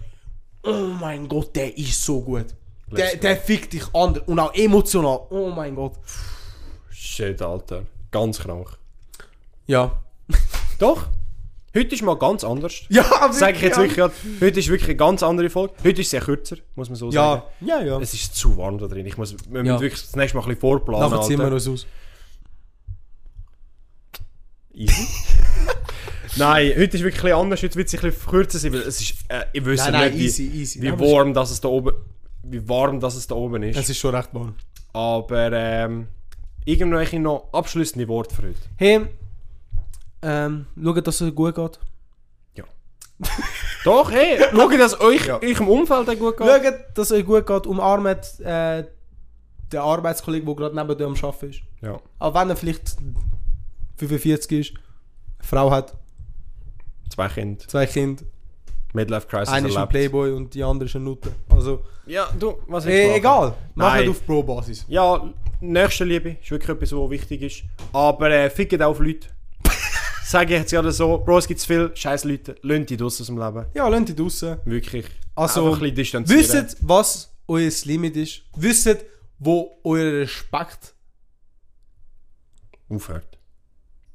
oh mein Gott, der ist so gut. Der, der fickt dich an und auch emotional, oh mein Gott.
Shit, Alter. Ganz krank.
Ja.
Doch. Heute ist mal ganz anders.
Ja, aber
Sag ich jetzt wirklich gerade. Heute ist wirklich eine ganz andere Folge. Heute ist sehr kürzer, muss man so
Ja,
sagen.
ja, ja.
Es ist zu warm da drin. Ich muss wir müssen
Ja.
wirklich das nächste Mal ein bisschen vorplanen.
Nachher ziehen wir
Alter.
uns aus.
Easy. <laughs> nein, heute ist wirklich ein bisschen anders. Heute wird es ein bisschen kürzer sein, weil es ist, äh, ich wüsste
Nein, nein,
nicht,
easy,
wie,
easy.
wie
Nein, aber
warm das es da oben, wie warm das es da oben ist.
Es ist schon recht warm.
Aber ähm, irgendwelche noch abschließende Worte für heute.
Hey, ähm, schaut, dass es gut geht.
Doch, hey, schaut, dass
<laughs>
euch, euch im Umfeld auch gut geht.
Schaut, dass es euch gut geht. Umarmt äh, den Arbeitskollegen, der gerade neben dir am Arbeiten ist.
Ja.
Auch wenn er vielleicht 45 ist, eine Frau hat,
Zwei Kinder.
zwei Kinder,
Midlife Crisis
eine ist ein
erlebt.
Playboy und die andere ist eine Nutte. Also,
Ja, du, was willst du
eh,
machen?
egal. Macht
Nein.
nicht auf Pro-Basis.
Ja, Nächstenliebe ist wirklich etwas, was wichtig ist. Aber äh, fickt
<laughs>
auf Leute. Sage ich jetzt gerade so, Bro, es gibt viel scheiß Leute, lönt die draussen aus dem Leben.
Ja, lasst die draussen.
Wirklich.
Also,
Einfach ein bisschen distanzieren.
Wisst, was euer Limit ist. Wisst, wo euer Respekt
Aufhört.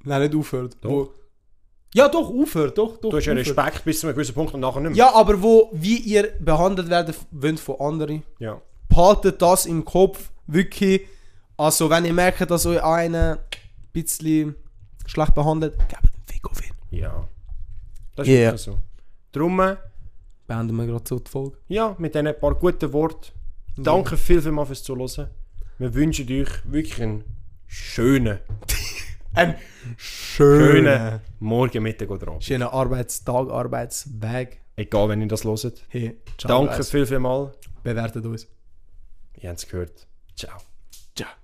Nein, nicht aufhört.
Doch.
Wo, ja, doch, aufhört, doch, doch.
Du hast ja
aufhört.
Respekt bis zu einem gewissen Punkt und nachher nicht mehr.
Ja, aber wo, wie ihr behandelt werden f- wollt von anderen,
Ja.
behaltet das im Kopf, wirklich. Also, wenn ihr merkt, dass euch einer ein bisschen schlecht behandelt, gebt einen Fick auf ihn.
Ja. Das ist
Yeah.
wirklich so. Drum, äh,
Beenden wir gerade so die Folge.
ja, mit diesen paar guten Worten. Danke viel, viel mal fürs Zuhören. Wir wünschen euch wirklich einen schönen, Ähm,
Ein
schönen Morgen, Mittag oder Abend.
Schönen Arbeitstag, Arbeitsweg.
Egal, wenn ihr das hört.
Hey, ciao,
Danke
guys.
viel, viel mal.
Bewertet uns.
Ihr habt es gehört. Ciao.
Ciao.